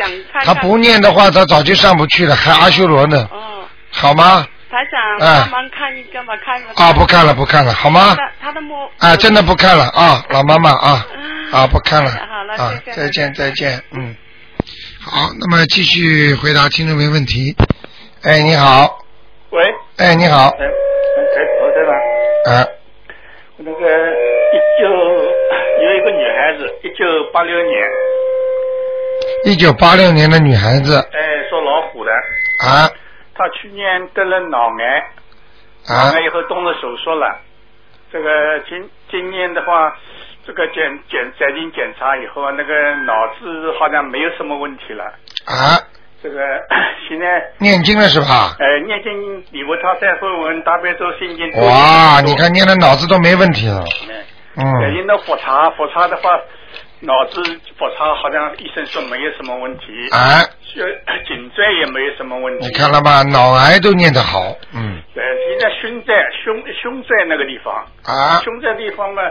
Speaker 6: 想看
Speaker 1: 他
Speaker 6: 看
Speaker 1: 不念的话，他早就上不去了，还阿修罗呢，
Speaker 6: 哦，
Speaker 1: 好吗？
Speaker 6: 台长，
Speaker 1: 哎
Speaker 6: 帮忙看一个吧，看一个。
Speaker 1: 啊，不看了，不看了，好吗
Speaker 6: 他？的他的摸。
Speaker 1: 啊，真的不看了啊，老妈妈啊，啊，不看了
Speaker 6: 好了
Speaker 1: 啊
Speaker 6: 谢，谢
Speaker 1: 再见，再见，嗯。好，那么继续回答听众没问题。哎，你好，
Speaker 7: 喂，
Speaker 1: 哎，你好，
Speaker 7: 哎，哎，我在哪？
Speaker 1: 啊，
Speaker 7: 那个一九有一个女孩子，一九八六年，
Speaker 1: 一九八六年的女孩子
Speaker 7: 哎，属老虎的，
Speaker 1: 啊
Speaker 7: 她去年得了脑癌，脑
Speaker 1: 啊
Speaker 7: 癌以后动了手术了。这个今今年的话，这个检检再经检查以后啊，那个脑子好像没有什么问题了。
Speaker 1: 啊，
Speaker 7: 这个 现在
Speaker 1: 念经了是吧？
Speaker 7: 呃，念经礼佛他三会文大悲咒心经。
Speaker 1: 哇，你看念的脑子都没问题了，
Speaker 7: 嗯。
Speaker 1: 嗯，
Speaker 7: 北京的复查，复查的话，脑子复查好像医生说没有什么问题，
Speaker 1: 啊，
Speaker 7: 呃颈椎也没有什么问题。
Speaker 1: 你看了吧？脑癌都念得好，嗯，
Speaker 7: 呃，现在胸在胸胸在那个地方，
Speaker 1: 啊
Speaker 7: 胸在地 方嘛，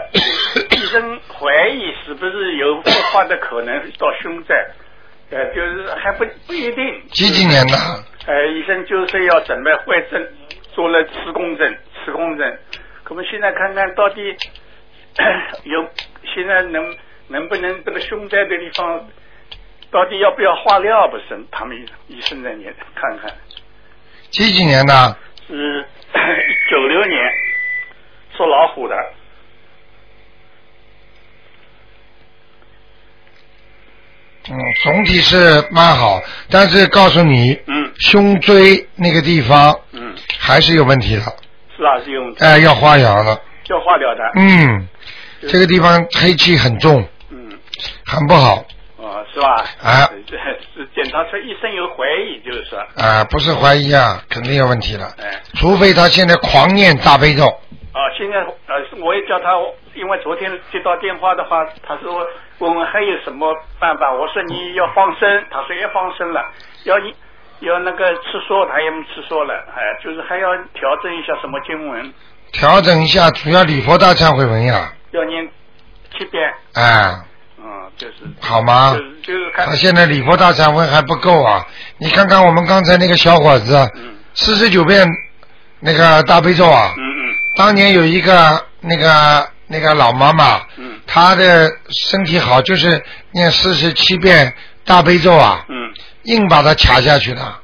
Speaker 7: 医生怀疑是不是有复发的可能到胸在，呃，就是还不不一定。
Speaker 1: 几几年的？
Speaker 7: 呃，医生就是要准备会诊，做了磁共振，磁共振。我们现在看看到底 有现在能能不能这个胸在的地方，到底要不要化疗？不是，他们医生在研看看
Speaker 1: 几几年的？
Speaker 7: 是九六年属老虎的，
Speaker 1: 嗯，总体是蛮好，但是告诉你，
Speaker 7: 嗯
Speaker 1: 胸椎那个地方
Speaker 7: 嗯，
Speaker 1: 还是有问题的，
Speaker 7: 是啊，是用
Speaker 1: 哎，要化疗了。
Speaker 7: 要化疗的，
Speaker 1: 嗯，这个地方黑气很重，
Speaker 7: 嗯。
Speaker 1: 很不好
Speaker 7: 哦，是吧？
Speaker 1: 啊
Speaker 7: 这 是检查出医生有怀疑，就是说，
Speaker 1: 啊，不是怀疑啊，肯定有问题了。
Speaker 7: 哎，
Speaker 1: 除非他现在狂念大悲咒，
Speaker 7: 啊，现在呃，我也叫他，因为昨天接到电话的话，他说问问还有什么办法，我说你要放生，他说要放生了，要你要那个吃素，他也没吃素了，哎，就是还要调整一下什么经文，
Speaker 1: 调整一下，主要礼佛大忏悔文呀，
Speaker 7: 要念七遍，
Speaker 1: 啊，
Speaker 7: 嗯，就是，
Speaker 1: 好吗
Speaker 7: 就？是就是看
Speaker 1: 他，现在礼佛大忏悔还不够啊，你看看我们刚才那个小伙子，啊
Speaker 7: 嗯
Speaker 1: 四十九遍那个大悲咒啊，
Speaker 7: 嗯嗯
Speaker 1: 当年有一个那个那个老妈妈，
Speaker 7: 嗯
Speaker 1: 她的身体好，就是念四十七遍大悲咒啊，
Speaker 7: 嗯，
Speaker 1: 硬把它卡下去了，啊、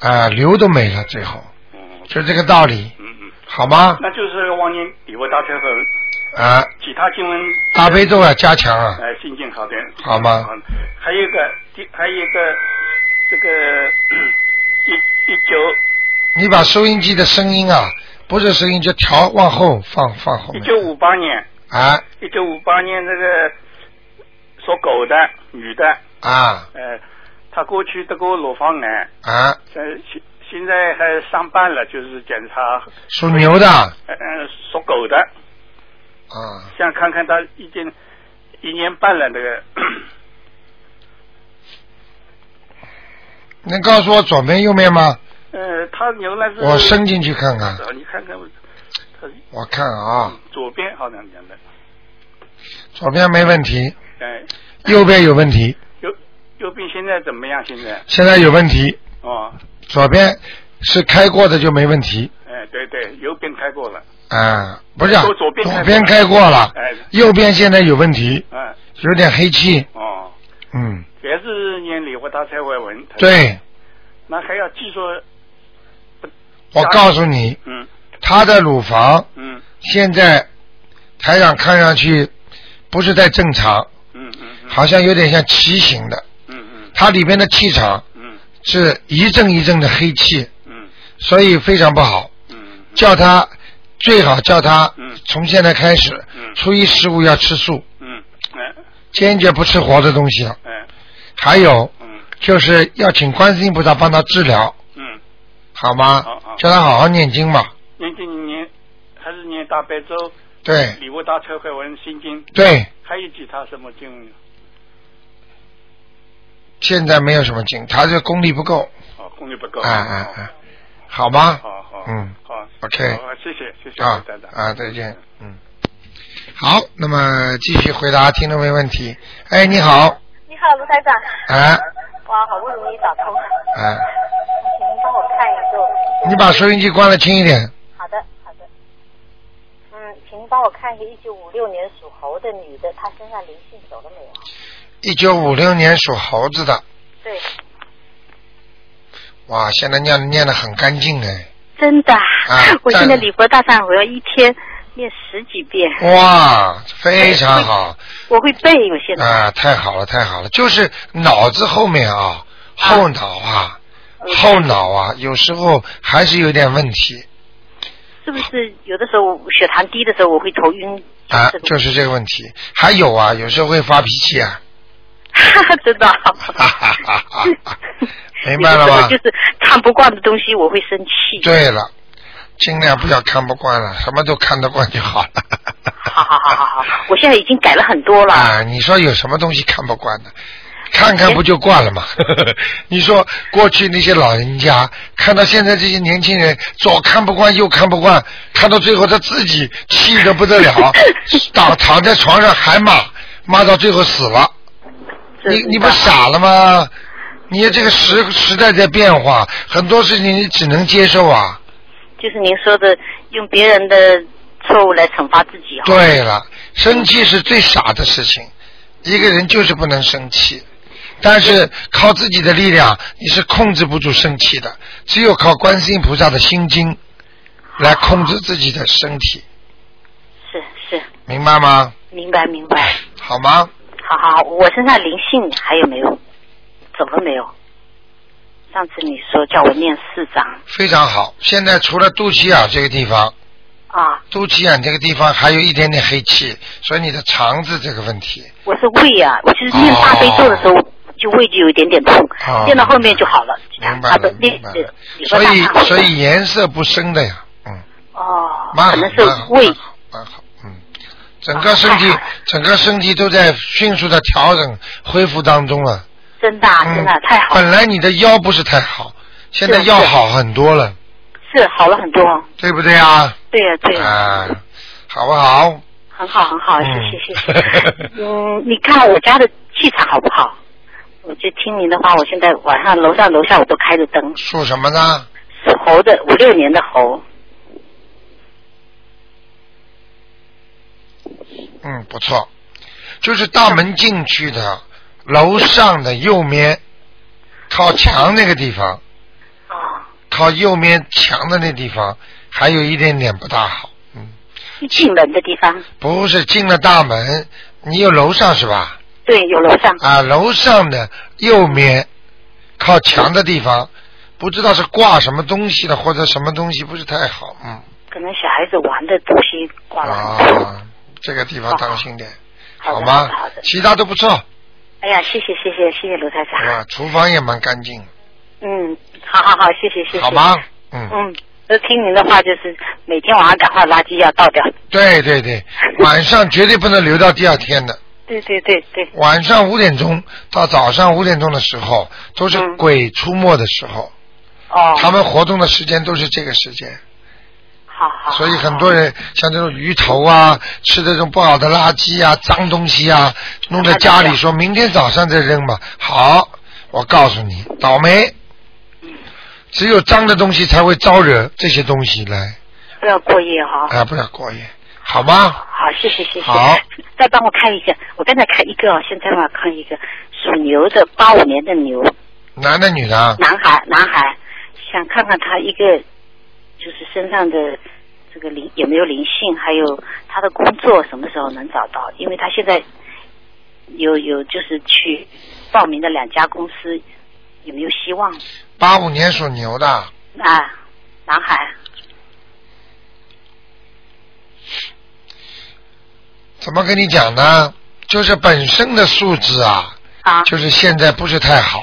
Speaker 7: 哦，
Speaker 1: 瘤都没了，最后
Speaker 7: 嗯
Speaker 1: 就这个道理，
Speaker 7: 嗯嗯，
Speaker 1: 好吗？
Speaker 7: 那就是往年礼佛大忏悔文，
Speaker 1: 啊，
Speaker 7: 其他经文
Speaker 1: 大悲咒要加强啊，
Speaker 7: 哎，心情好点，
Speaker 1: 好吗
Speaker 7: 还有一个，第还有一个，这个一一九
Speaker 1: 你把收音机的声音啊，不是声音就调往后放放后
Speaker 7: 一
Speaker 1: 面
Speaker 7: 九五八年，
Speaker 1: 啊
Speaker 7: 一九五八年那个属狗的女的，
Speaker 1: 啊
Speaker 7: 呃，她过去得过乳房癌，
Speaker 1: 啊，
Speaker 7: 现呃现现在还上班了，就是检查，
Speaker 1: 属牛的啊，
Speaker 7: 呃，呃属狗的，想看看她已经一年半了，那个
Speaker 1: 能告诉我左面右面吗？
Speaker 7: 呃，她原来是
Speaker 1: 我伸进去看看，
Speaker 7: 呃你看看，她
Speaker 1: 我看啊，
Speaker 7: 左边好像讲的，
Speaker 1: 左边没问题，
Speaker 7: 哎。
Speaker 1: 右边有问题，
Speaker 7: 右右边现在怎么样？现在
Speaker 1: 现在有问题，
Speaker 7: 哦，
Speaker 1: 左边是开过的就没问题
Speaker 7: 哎，对对，右边开过了，
Speaker 1: 啊，不是啊
Speaker 7: 左左边开过了
Speaker 1: 边开过了
Speaker 7: 哎，
Speaker 1: 右边现在有问题，
Speaker 7: 啊，
Speaker 1: 有点黑气，
Speaker 7: 哦，
Speaker 1: 嗯，
Speaker 7: 也是念礼佛大忏悔文，，
Speaker 1: 对，
Speaker 7: 那还要记住，
Speaker 1: 我告诉你，
Speaker 7: 嗯
Speaker 1: 他的乳房
Speaker 7: 嗯
Speaker 1: 现在台长看上去不是太正常，
Speaker 7: 嗯嗯嗯，
Speaker 1: 好像有点像畸形的，
Speaker 7: 嗯，
Speaker 1: 它里边的气场
Speaker 7: 嗯
Speaker 1: 是一阵一阵的黑气，
Speaker 7: 嗯
Speaker 1: 所以非常不好，
Speaker 7: 嗯嗯
Speaker 1: 叫他最好叫他
Speaker 7: 嗯
Speaker 1: 从现在开始
Speaker 7: 嗯，
Speaker 1: 初一十五要吃素，
Speaker 7: 嗯，哎
Speaker 1: 坚决不吃活的东西了。
Speaker 7: 哎
Speaker 1: 还有
Speaker 7: 嗯
Speaker 1: 就是要请观世音菩萨帮他治疗，
Speaker 7: 嗯
Speaker 1: 好吗
Speaker 7: 好好？
Speaker 1: 叫他好好念经嘛。
Speaker 7: 念经念还是念大悲咒、
Speaker 1: 对
Speaker 7: 礼佛大忏悔文、心经，
Speaker 1: 对，
Speaker 7: 还有其他什么经文？
Speaker 1: 现在没有什么经，他这功力不够，
Speaker 7: 哦，功力不够。
Speaker 1: 啊啊啊，好吗？
Speaker 7: 好好，
Speaker 1: 嗯
Speaker 7: 好
Speaker 1: ，OK
Speaker 4: 哦
Speaker 7: 好，谢谢谢谢
Speaker 1: 啊
Speaker 7: 台长。
Speaker 1: 啊，再见。嗯，好，那么继续回答听众没问题。哎，你好，
Speaker 8: 你好，卢台长。
Speaker 1: 啊
Speaker 8: 哇，好不容易打通，请
Speaker 1: 啊，
Speaker 8: 您帮我看一个。
Speaker 1: 你把收音机关了轻一点。
Speaker 8: 好的，好的。嗯，请您帮我看一个一九五六年属猴的女的，她身上灵性走了没有？
Speaker 1: 一九五六年属猴子的，
Speaker 8: 对，
Speaker 1: 哇，现在念念的很干净哎，
Speaker 8: 真的。
Speaker 1: 啊
Speaker 8: 我现在
Speaker 1: 但
Speaker 8: 礼佛大忏悔要一天念十几遍，
Speaker 1: 哇，非常好
Speaker 8: 我会背。我现在、
Speaker 1: 啊，太好了，太好了，就是脑子后面啊，后脑啊，后脑啊，有时候还是有点问题
Speaker 8: 是不是有的时候血糖低的时候我会头晕？
Speaker 1: 啊
Speaker 8: 这，个
Speaker 1: 就是这个问题。还有啊，有时候会发脾气 啊，
Speaker 8: 知道。
Speaker 1: 哈哈哈哈哈，明白了
Speaker 8: 有的时候
Speaker 1: 吗
Speaker 8: 啊就？是看不惯的东西我会生气。
Speaker 1: 对了，尽量不要看不惯了，什么都看得惯就好了。
Speaker 8: 好好好好好，我现在已经改了很多了。啊
Speaker 1: 啊，你说有什么东西看不惯的？看看不就惯了吗？ 你说过去那些老人家看到现在这些年轻人，左看不惯右看不惯，看到最后他自己气得不得 了，倒躺在床上还骂，骂到最后死了。
Speaker 8: 这
Speaker 1: 你你不傻了吗？你这个时时代在变化，很多事情你只能接受啊。
Speaker 8: 就是您说的用别人的错误来惩罚自己啊哈。
Speaker 1: 对了，生气是最傻的事情，一个人就是不能生气，但是靠自己的力量你是控制不住生气的，只有靠观世音菩萨的心经来控制自己的身体，
Speaker 8: 是是，
Speaker 1: 明白吗？
Speaker 8: 明白明白。
Speaker 1: 好吗？
Speaker 8: 好好，好，我身上灵性还有没有？走了没有？上次你说叫我念四章
Speaker 1: 非常好。现在除了肚脐眼这个地方，
Speaker 8: 啊，
Speaker 1: 肚脐眼这个地方还有一点点黑气，所以你的肠子这个问题，
Speaker 8: 我是胃啊，我就是念大悲咒的时候。就胃就有一点点痛，
Speaker 1: 哦
Speaker 8: 念到后面就好了。
Speaker 1: 明白
Speaker 8: 他的
Speaker 1: 了，
Speaker 8: 念
Speaker 1: 明白
Speaker 8: 念
Speaker 1: 了。所
Speaker 8: 念
Speaker 1: 以
Speaker 8: 大
Speaker 1: 所以颜色不深的呀，嗯。
Speaker 8: 哦，
Speaker 1: 蛮好，
Speaker 8: 可能是
Speaker 1: 蛮好
Speaker 8: 胃，
Speaker 1: 蛮好，蛮好嗯，整个身体
Speaker 8: 啊太好了，
Speaker 1: 整个身体都在迅速的调整恢复当中了。
Speaker 8: 真的啊
Speaker 1: 嗯
Speaker 8: 真的啊太好了，
Speaker 1: 本来你的腰不是太好，现在
Speaker 8: 是
Speaker 1: 腰
Speaker 8: 是
Speaker 1: 好很多了，
Speaker 8: 是好了很多。
Speaker 1: 对不对啊？
Speaker 8: 对呀对呀，
Speaker 1: 啊，好不好？
Speaker 8: 很好很好，谢
Speaker 1: 嗯
Speaker 8: 谢谢谢。 嗯，你看我家的气场好不好？我就听您的话，我现在晚上楼上楼下我都开着灯。
Speaker 1: 属什么呢？
Speaker 8: 属猴的，五六年的猴，
Speaker 1: 嗯，不错，就是大门进去的楼上的右面，靠墙那个地方，
Speaker 8: 哦，
Speaker 1: 靠右面墙的那地方，还有一点点不大好。嗯。
Speaker 8: 一进门的地方，
Speaker 1: 不是进了大门，你有楼上是吧？
Speaker 8: 对，有楼上，
Speaker 1: 啊，楼上的右面靠墙的地方，不知道是挂什么东西的，或者什么东西不是太好，嗯，
Speaker 8: 可能小孩子玩的东西挂了很多。
Speaker 1: 啊，这个地方当心点，
Speaker 8: 好的
Speaker 1: 吗
Speaker 8: 好的好的？
Speaker 1: 其他都不错，
Speaker 8: 哎呀，谢谢谢谢谢谢卢台长。
Speaker 1: 啊，厨房也蛮干净，
Speaker 8: 嗯，好好好，谢谢谢谢。
Speaker 1: 好？吗？嗯，
Speaker 8: 嗯，那听您的话就是每天晚上赶快垃圾要倒掉。
Speaker 1: 对对对，
Speaker 8: 嗯
Speaker 1: 晚上绝对不能留到第二天的。
Speaker 8: 对对对对，
Speaker 1: 晚上五点钟到早上五点钟的时候，都是
Speaker 8: 嗯
Speaker 1: 鬼出没的时候，
Speaker 8: 哦，
Speaker 1: 他们活动的时间都是这个时间。
Speaker 8: 好好。
Speaker 1: 所以很多人像这种鱼头啊，吃这种不好的垃圾啊、脏东西啊，弄在家里，说明天早上再扔吧。好，我告诉你，倒霉。只有脏的东西才会招惹这些东西来，
Speaker 8: 不要过夜哈、
Speaker 1: 啊，不要过夜，好吗？
Speaker 8: 好，谢谢谢谢。
Speaker 1: 好，
Speaker 8: 再帮我看一下，我刚才看一个，哦，现在我看一个属牛的，八五年的牛，
Speaker 1: 男的女的啊？
Speaker 8: 男孩男孩，想看看他一个就是身上的这个灵有没有灵性，还有他的工作什么时候能找到？因为他现在有有就是去报名的两家公司有没有希望
Speaker 1: 八五年属牛的，
Speaker 8: 啊？男孩
Speaker 1: 怎么跟你讲呢？就是本身的素质啊，
Speaker 8: 啊
Speaker 1: 就是现在不是太好，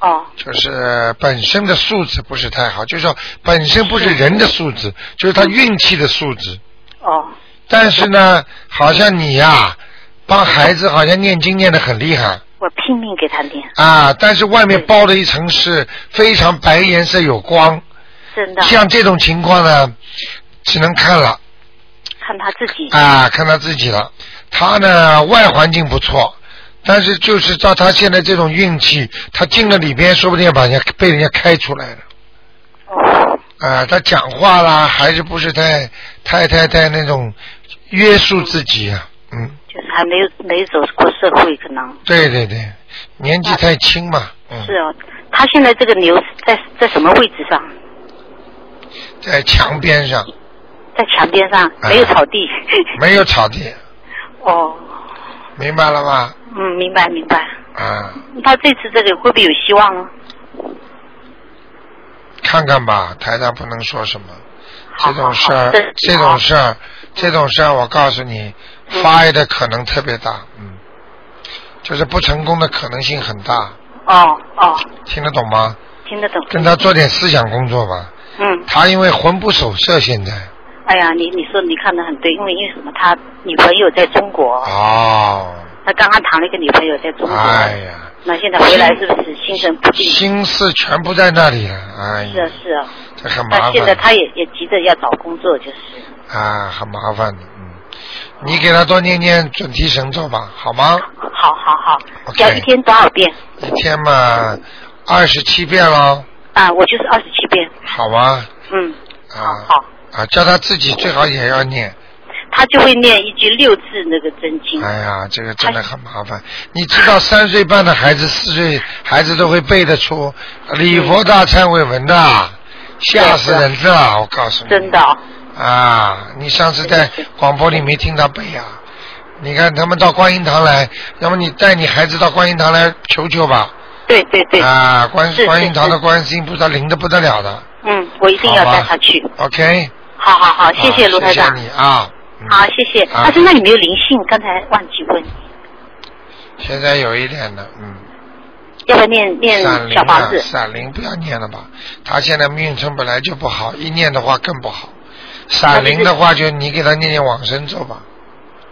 Speaker 8: 哦哦
Speaker 1: 就是本身的素质不是太好，就是说本身不是人的素质，就是他运气的素质。
Speaker 8: 哦，
Speaker 1: 但是呢，好像你呀、帮孩子好像念经念得很厉害
Speaker 8: 我拼命给他念，
Speaker 1: 啊，但是外面包的一层是非常白颜色有光，
Speaker 8: 真的
Speaker 1: 像这种情况呢，只能看了
Speaker 8: 看他自己。
Speaker 1: 啊，看他自己了。他呢外环境不错，但是就是照他现在这种运气，他进了里边，说不定把人家被人家开出来了。
Speaker 8: 哦，
Speaker 1: 啊，他讲话啦，还是不是太太太太那种约束自己啊？嗯，
Speaker 8: 就是还没有没走过社会，可能
Speaker 1: 对对对，年纪太轻嘛，嗯，
Speaker 8: 是哦。他现在这个牛在在什么位置上？
Speaker 1: 在墙边上
Speaker 8: 在墙边上，
Speaker 1: 哎
Speaker 8: 没有草地。
Speaker 1: 没有草地，
Speaker 8: 哦，
Speaker 1: 明白了 吗？
Speaker 8: 嗯，明白明白。
Speaker 1: 啊，
Speaker 8: 他这次这个会不会有希望啊？
Speaker 1: 看看吧，台上不能说什么，
Speaker 8: 好
Speaker 1: 这种事
Speaker 8: 好
Speaker 1: 儿
Speaker 8: 好嗯对，
Speaker 1: 这种事儿，这种事儿，我告诉你，发的可能特别大，嗯，就是不成功的可能性很大，
Speaker 8: 哦哦，
Speaker 1: 听得懂吗？
Speaker 8: 听得懂。
Speaker 1: 跟他做点思想工作吧，
Speaker 8: 嗯，
Speaker 1: 他因为魂不守舍，现在。
Speaker 8: 哎呀，你你说你看的很对，因为因为什么？他女朋友在中国，
Speaker 1: 哦，
Speaker 8: 他刚刚谈了一个女朋友在中国，
Speaker 1: 哎呀，
Speaker 8: 那现在回来是不是心神不定？
Speaker 1: 心思全不在那里了，哎
Speaker 8: 是啊
Speaker 1: 呀，
Speaker 8: 是啊，
Speaker 1: 这很麻
Speaker 8: 那现在
Speaker 1: 烦
Speaker 8: 他也也急着要找工作，就是
Speaker 1: 啊，很麻烦的，嗯，你给他多念念准提神咒吧，好吗？
Speaker 8: 好好好
Speaker 1: OK
Speaker 8: 要一天多少遍
Speaker 1: 一天嘛，二十七遍喽，
Speaker 8: 啊？我就是二十七遍，
Speaker 1: 好吗？
Speaker 8: 嗯，
Speaker 1: 啊
Speaker 8: 好，
Speaker 1: 啊，叫他自己最好也要念，
Speaker 8: 他就会念一句六字那个真经，哎
Speaker 1: 哎呀，这个真的很麻烦。你知道三岁半的孩子、四岁孩子都会背得出礼佛大忏悔文的，吓死人了！我告诉你，
Speaker 8: 真的哦
Speaker 1: 啊，你上次在广播里没听他背啊？你看他们到观音堂来，要么你带你孩子到观音堂来求求吧。
Speaker 8: 对对对，
Speaker 1: 啊，观
Speaker 8: 是是
Speaker 1: 观音堂的
Speaker 8: 是
Speaker 1: 观世音菩萨灵的不得了的。
Speaker 8: 嗯，我一定要
Speaker 1: 好吧
Speaker 8: 带他去。
Speaker 1: OK，
Speaker 8: 好好好，谢谢
Speaker 1: 啊
Speaker 8: 卢台长
Speaker 1: 谢，谢你啊。嗯
Speaker 8: 好谢谢。
Speaker 1: 啊
Speaker 8: 他身上有没有灵性？刚才忘记问，
Speaker 1: 现在有一点了，嗯。
Speaker 8: 要不要念念
Speaker 1: 闪灵
Speaker 8: 小
Speaker 1: 啊
Speaker 8: 房子，？
Speaker 1: 闪灵不要念了吧，他现在运程本来就不好，一念的话更不好。闪灵的话，就你给他念念往生咒吧，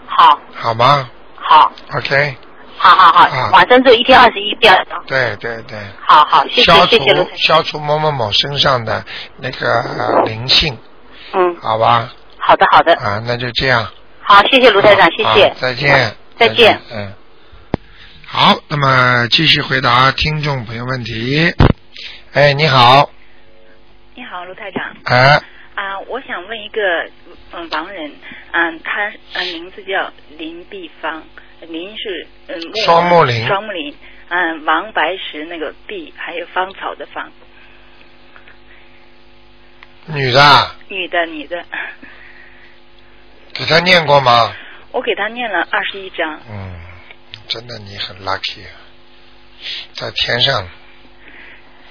Speaker 8: 好
Speaker 1: 好吗
Speaker 8: 好
Speaker 1: ？OK，
Speaker 8: 好好
Speaker 1: 啊
Speaker 8: 好，晚上做一天二十一遍。
Speaker 1: 对对对，
Speaker 8: 好好，谢谢
Speaker 1: 消除
Speaker 8: 谢谢卢台长，
Speaker 1: 消除某某某身上的那个呃灵性，
Speaker 8: 嗯，
Speaker 1: 好吧？
Speaker 8: 好的好的，
Speaker 1: 啊，那就这样。
Speaker 8: 好，谢谢卢台长，谢谢
Speaker 1: 啊。再见。
Speaker 8: 再见。
Speaker 1: 嗯。好，那么继续回答听众朋友问题。哎，你好，
Speaker 9: 你好，卢台长
Speaker 1: 哎，
Speaker 9: 啊，我想问一个嗯亡人，嗯、他嗯名字叫林碧芳，林是嗯木
Speaker 1: 双木林
Speaker 9: 双木林，嗯、王白石那个碧，还有芳草的芳，
Speaker 1: 女的啊，
Speaker 9: 女的女的，
Speaker 1: 给他念过吗？
Speaker 9: 我给他念了二十一章，
Speaker 1: 嗯，真的你很 lucky，啊在天上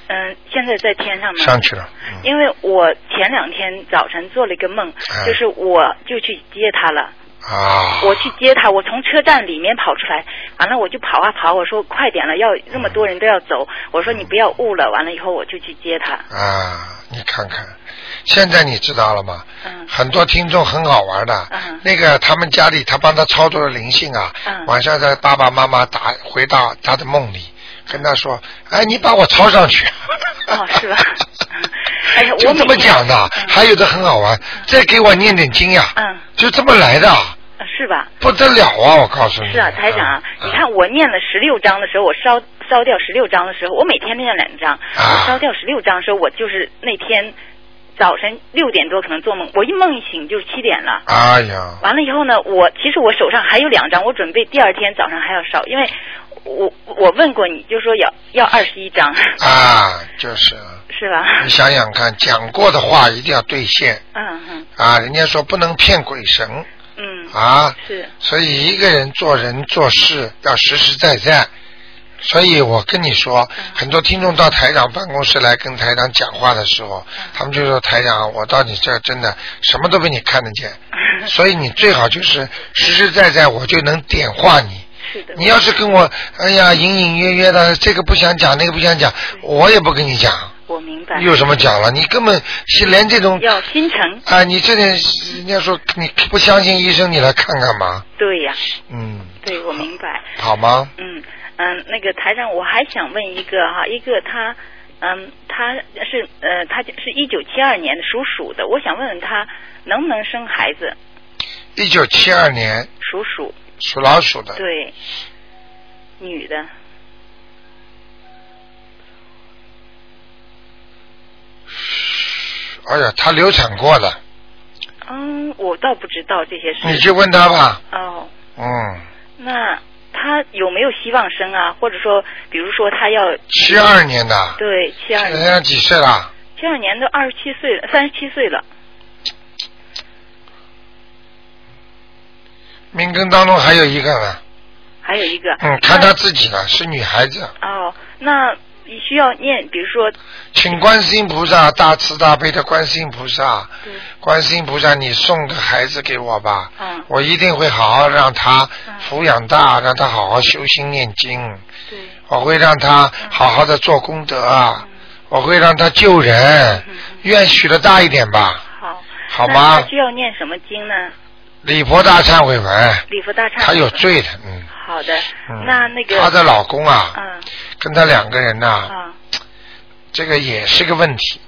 Speaker 9: 嗯、现在在天上吗？
Speaker 1: 上去了。嗯
Speaker 9: 因为我前两天早晨做了一个梦，
Speaker 1: 哎
Speaker 9: 就是我就去接他了。
Speaker 1: 啊，
Speaker 9: 我去接他，我从车站里面跑出来，完了我就跑啊跑，我说快点了，要那么多人都要走，我说你不要误了，完了以后我就去接他。
Speaker 1: 啊，你看看，现在你知道了吗？
Speaker 9: 嗯
Speaker 1: 很多听众很好玩的，
Speaker 9: 嗯
Speaker 1: 那个他们家里他帮他操作的灵性啊，
Speaker 9: 嗯
Speaker 1: 晚上在爸爸妈妈打回到他的梦里，跟他说，哎，你把我抄上去。
Speaker 9: 哦是 吧哎呀
Speaker 1: 就这
Speaker 9: 我
Speaker 1: 么
Speaker 9: 每天
Speaker 1: 讲的，
Speaker 9: 嗯
Speaker 1: 还有的很好玩，再给我念点经呀，
Speaker 9: 嗯，
Speaker 1: 就这么来的，
Speaker 9: 呃是吧？
Speaker 1: 不得了啊！我告诉你，
Speaker 9: 是啊，台长啊，
Speaker 1: 嗯
Speaker 9: 你看我念了十六章的时候，我烧烧掉十六章的时候，我每天念两章，
Speaker 1: 啊
Speaker 9: 我烧掉十六章的时候，我就是那天早晨六点多可能做梦，我一梦一醒就是七点了。
Speaker 1: 哎呀，
Speaker 9: 完了以后呢，我其实我手上还有两张，我准备第二天早上还要烧，因为我我问过你，就说要要二十一张，
Speaker 1: 啊，就是，
Speaker 9: 是吧？
Speaker 1: 你 想想看，讲过的话一定要兑现
Speaker 9: 嗯嗯
Speaker 1: 啊！人家说不能骗鬼神
Speaker 9: 嗯，
Speaker 1: 啊，
Speaker 9: 是
Speaker 1: 所以一个人做人做事要实实在在。所以我跟你说，
Speaker 9: 嗯
Speaker 1: 很多听众到台长办公室来跟台长讲话的时
Speaker 9: 嗯
Speaker 1: 候，他们就说台长，我到你这儿真的什么都 被你看得见，所以你最好就是实实在在，我就能点化你。
Speaker 9: 是的。
Speaker 1: 你要是跟我，哎呀，隐隐约约的，这个不想讲，那个不想讲，我也不跟你讲。
Speaker 9: 我明白。
Speaker 1: 有什么讲了？你根本是连这种
Speaker 9: 要心诚。
Speaker 1: 啊，你这点人家说你不相信医生，你来看干嘛？
Speaker 9: 对呀、
Speaker 1: 嗯，
Speaker 9: 对，我明白。
Speaker 1: 好吗？
Speaker 9: 嗯嗯，那个台长，我还想问一个哈，一个他，嗯，他是呃，他是一九七二年属鼠的，我想问问他能不能生孩子？
Speaker 1: 一九七二年
Speaker 9: 属鼠。
Speaker 1: 属老鼠的，
Speaker 9: 对，女的，
Speaker 1: 哎呀，她流产过的，
Speaker 9: 嗯，我倒不知道这些事。
Speaker 1: 你去问她吧。
Speaker 9: 哦，
Speaker 1: 嗯，
Speaker 9: 那他有没有希望生啊？或者说，比如说他要
Speaker 1: 七二年的，
Speaker 9: 对七二
Speaker 1: 人家
Speaker 9: 年，
Speaker 1: 几岁了？
Speaker 9: 七二年都二十七岁了，三十七岁了。
Speaker 1: 命根当中还有一个呢，
Speaker 9: 还有一个，
Speaker 1: 嗯，看她自己了，是女孩子，
Speaker 9: 哦，那你需要念，比如说，
Speaker 1: 请观世音菩萨大慈大悲的观世音菩萨，观世音菩萨，你送个孩子给我吧，
Speaker 9: 嗯，
Speaker 1: 我一定会好好让他抚养大，让他好好修心念经，
Speaker 9: 对，嗯
Speaker 1: 我会让他好好的做功德，啊我会让他救人，愿许的大一点吧，
Speaker 9: 嗯好，
Speaker 1: 好
Speaker 9: 那
Speaker 1: 吗
Speaker 9: 他？需要念什么经呢？
Speaker 1: 礼佛大忏悔文，
Speaker 9: 礼佛大忏悔。
Speaker 1: 他有罪的，嗯，
Speaker 9: 好的，
Speaker 1: 嗯
Speaker 9: 那那个
Speaker 1: 她的老公啊
Speaker 9: 嗯
Speaker 1: 跟他两个人呐、
Speaker 9: 啊，
Speaker 1: 这个也是个问题，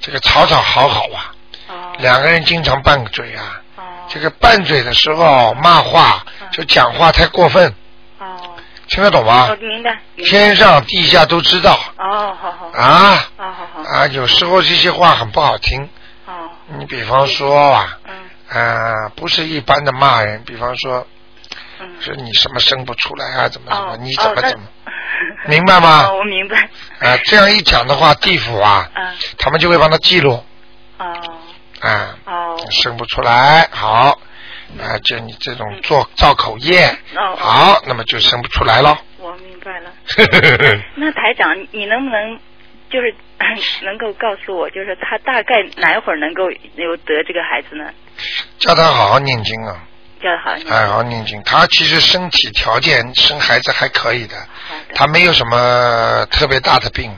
Speaker 1: 这个吵吵好好啊，
Speaker 9: 哦
Speaker 1: 两个人经常拌嘴啊，这个拌嘴的时候骂话
Speaker 9: 嗯
Speaker 1: 就讲话太过分，
Speaker 9: 哦
Speaker 1: 听得懂吗
Speaker 9: 我？明白。明白
Speaker 1: 天上地下都知道
Speaker 9: 哦，好好。
Speaker 1: 啊
Speaker 9: 哦，好好。
Speaker 1: 啊，有时候这些话很不好听。
Speaker 9: 哦。嗯
Speaker 1: 你比方说啊，啊，不是一般的骂人，比方说，说你什么生不出来啊，怎么怎么，你怎么
Speaker 9: 嗯哦那
Speaker 1: 怎么，明白吗
Speaker 9: 哦，我明白。
Speaker 1: 啊，这样一讲的话，地府啊，
Speaker 9: 嗯，
Speaker 1: 他们就会帮他记录
Speaker 9: 哦
Speaker 1: 啊，
Speaker 9: 哦
Speaker 1: 生不出来，好，啊，就你这种做造口业，
Speaker 9: 哦。
Speaker 1: 好，那么就生不出来了。
Speaker 9: 我明白了。那台长，你能不能就是 能够告诉我，就是他大概哪会儿能够有得这个孩子呢？
Speaker 1: 叫他好好念经啊，
Speaker 9: 叫好你。
Speaker 1: 哎，好好念经。他其实身体条件生孩子还可以的，他没有什么特别大的病，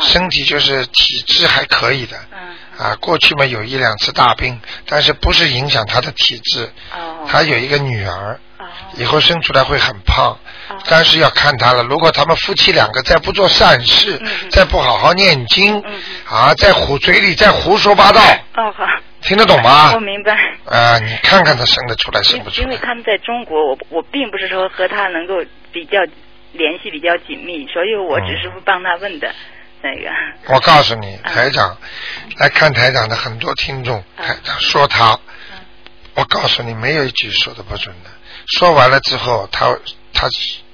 Speaker 1: 身体就是体质还可以的。
Speaker 9: 嗯
Speaker 1: 啊，过去嘛有一两次大病，但是不是影响他的体质。
Speaker 9: 哦
Speaker 1: 他有一个女儿，以后生出来会很胖，
Speaker 9: 哦
Speaker 1: 但是要看他了。如果他们夫妻两个再不做善事，
Speaker 9: 嗯
Speaker 1: 再不好好念经，啊，在胡嘴里再胡说八道，
Speaker 9: 哦，好。
Speaker 1: 听得懂吗？
Speaker 9: 我明白。
Speaker 1: 啊，你看看他生得出来生不出
Speaker 9: 因
Speaker 1: 来？
Speaker 9: 为他们在中国，我我并不是说和他能够比较联系比较紧密，所以
Speaker 1: 嗯
Speaker 9: 我只是帮他问的、那个。
Speaker 1: 我告诉你，台长来看台长的很多听众，台长说他，我告诉你，没有一句说的不准的。说完了之后，他他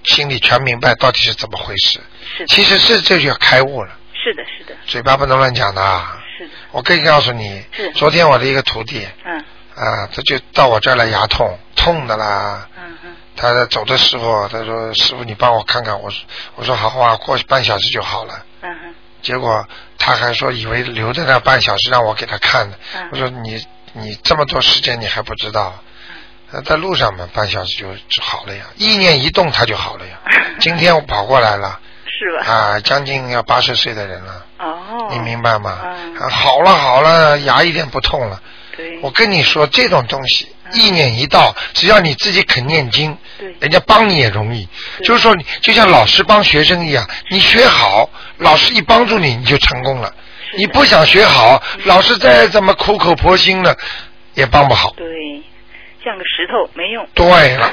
Speaker 1: 心里全明白到底是怎么回事。其实是这就要开悟了，
Speaker 9: 是的，是的，
Speaker 1: 嘴巴不能乱讲的啊。
Speaker 9: 是的。
Speaker 1: 我可以告诉你，
Speaker 9: 是
Speaker 1: 昨天我的一个徒弟，
Speaker 9: 嗯，
Speaker 1: 啊，他就到我这儿来牙痛，痛的啦。
Speaker 9: 嗯
Speaker 1: 他在走的时候，他说：“师傅，你帮我看看。”我说：“我说好啊，过半小时就好了。”
Speaker 9: 嗯哼，
Speaker 1: 结果他还说以为留在那半小时让我给他看的。
Speaker 9: 嗯
Speaker 1: 我说你你这么多时间你还不知道？
Speaker 9: 嗯
Speaker 1: 呃在路上嘛，半小时就就好了呀，意念一动他就好了呀。今天我跑过来了
Speaker 9: 是吧？
Speaker 1: 啊，将近要八十岁的人了，
Speaker 9: 哦，
Speaker 1: 你明白吗？啊好了好了，牙一点不痛了。
Speaker 9: 对，嗯
Speaker 1: 我跟你说，这种东西意念一到，只要你自己肯念经，人家帮你也容易。就是说你，就像老师帮学生一样，你学好，老师一帮助你，你就成功了。你不想学好，老师再怎么苦口婆心的，也帮不好。
Speaker 9: 对，像个石头没用。
Speaker 1: 对 了，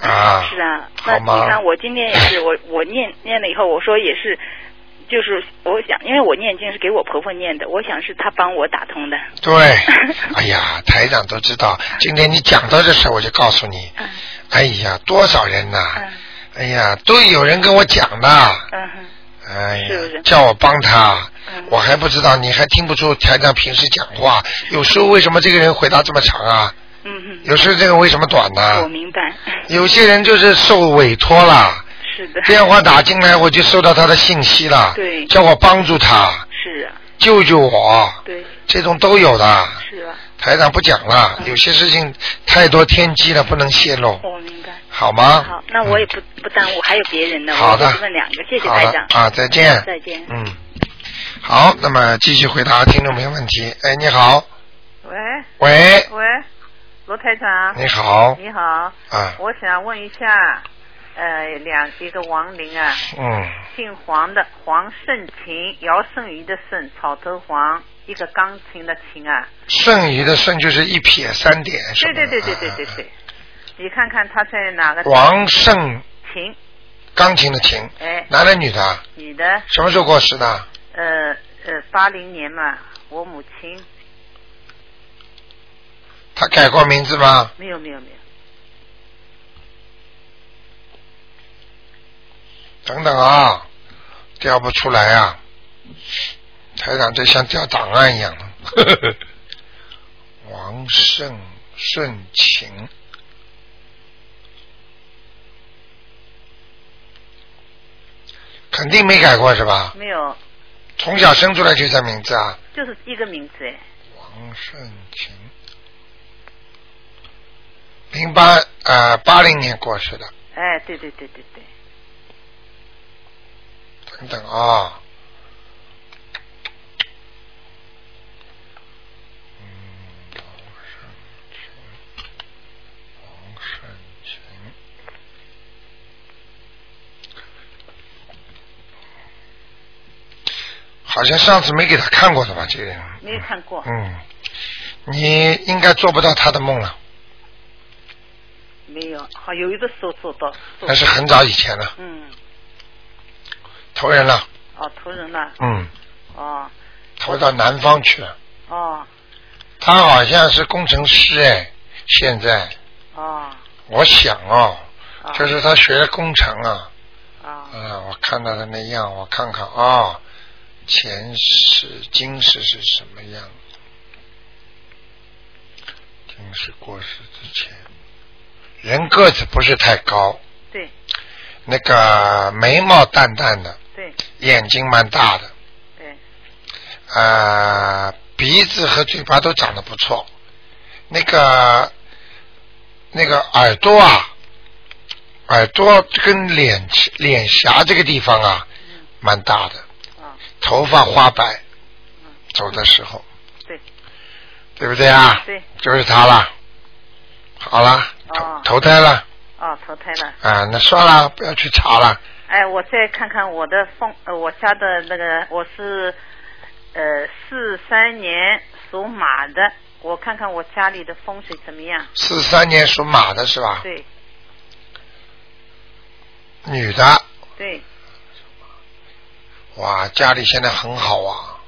Speaker 1: 啊
Speaker 9: 是啊，
Speaker 1: 好
Speaker 9: 那
Speaker 1: 吗
Speaker 9: 你看我今天也是，我 我念念了以后，我说也是，就是我想，因为我念经是给我婆婆念的，我想是她帮我打通的。
Speaker 1: 对，哎呀，台长都知道，今天你讲到这事，我就告诉你，哎呀，多少人呐、哎呀，都有人跟我讲的，
Speaker 9: 嗯
Speaker 1: 哎呀，叫我帮他，我还不知道，你还听不出台长平时讲话，有时候为什么这个人回答这么长啊？
Speaker 9: 嗯
Speaker 1: 有时候这个为什么短呢、
Speaker 9: 嗯，我明白，
Speaker 1: 有些人就是受委托了，
Speaker 9: 是的。
Speaker 1: 电话打进来我就收到他的信息了，
Speaker 9: 对
Speaker 1: 叫我帮助他，
Speaker 9: 是啊，
Speaker 1: 救救我，
Speaker 9: 对，
Speaker 1: 这种都有的。
Speaker 9: 是啊，
Speaker 1: 台长不讲了，有些事情太多天机了，不能泄露。
Speaker 9: 我明白。
Speaker 1: 好吗？
Speaker 9: 好，那我也不不耽误，还有别人的，
Speaker 1: 嗯好
Speaker 9: 我
Speaker 1: 的
Speaker 9: 就问两个，谢谢
Speaker 1: 好
Speaker 9: 台
Speaker 1: 的
Speaker 9: 长
Speaker 1: 啊再见
Speaker 9: 再见。
Speaker 1: 嗯，好，那么继续回答听众朋友问题。哎，你好，
Speaker 10: 喂。
Speaker 1: 喂
Speaker 10: 喂，罗台长。
Speaker 1: 你好
Speaker 10: 你好。
Speaker 1: 啊
Speaker 10: 我想问一下，呃，两一个亡灵啊，
Speaker 1: 嗯，
Speaker 10: 姓黄的黄盛琴，姚胜宇的胜，草头黄，一个钢琴的琴啊。
Speaker 1: 剩余的剩就是一撇三点，是吧
Speaker 10: 对对对对对对对。你看看他在哪个？
Speaker 1: 啊王胜
Speaker 10: 琴，
Speaker 1: 钢琴的琴，
Speaker 10: 哎。
Speaker 1: 男的女的？
Speaker 10: 女的。
Speaker 1: 什么时候过世的？啊
Speaker 10: 呃呃，八零年嘛，我母亲
Speaker 1: 他改过名字吗？
Speaker 10: 没有没有没有，
Speaker 1: 等等啊，调不出来啊！台长这像调档案一样的。王胜顺情，肯定没改过是吧？
Speaker 10: 没有，
Speaker 1: 从小生出来就这名字啊？
Speaker 10: 就是一个名字哎。
Speaker 1: 王胜琴，零八呃八零年过世的。
Speaker 10: 哎，对对对对对，
Speaker 1: 等等啊。嗯，王胜群，好像上次没给他看过的吧？这个人，
Speaker 10: 没有看过。
Speaker 1: 嗯，你应该做不到他的梦了，
Speaker 10: 没有，好有一个手做到。做
Speaker 1: 那是很早以前了
Speaker 10: 嗯，
Speaker 1: 投人了，
Speaker 10: 哦，投人了。
Speaker 1: 嗯，
Speaker 10: 哦
Speaker 1: 投到南方去了。
Speaker 10: 哦
Speaker 1: 他好像是工程师哎，现在
Speaker 10: 哦
Speaker 1: 我想哦，
Speaker 10: 哦。
Speaker 1: 就是他学的工程啊。
Speaker 10: 啊。
Speaker 1: 啊，我看到的那样，我看看啊，前世今世是什么样？今世过世之前，人个子不是太高，
Speaker 10: 对
Speaker 1: 那个眉毛淡淡的，
Speaker 10: 对
Speaker 1: 眼睛蛮大的，
Speaker 10: 对，
Speaker 1: 啊、鼻子和嘴巴都长得不错，那个那个耳朵啊，耳朵跟脸脸颊这个地方啊，蛮大的，头发花白，走的时候，
Speaker 10: 对，
Speaker 1: 对不对啊？
Speaker 10: 对，
Speaker 1: 就是他了，好了，
Speaker 10: 哦
Speaker 1: 投胎了
Speaker 10: 哦，投胎了。
Speaker 1: 啊，那算了，不要去查了，
Speaker 10: 哎，我再看看我的凤，呃，我家的那个，我是呃四三年属马的，我看看我家里的风水怎么样。
Speaker 1: 四三年属马的是吧？
Speaker 10: 对
Speaker 1: 女的，
Speaker 10: 对，
Speaker 1: 哇，家里现在很好啊。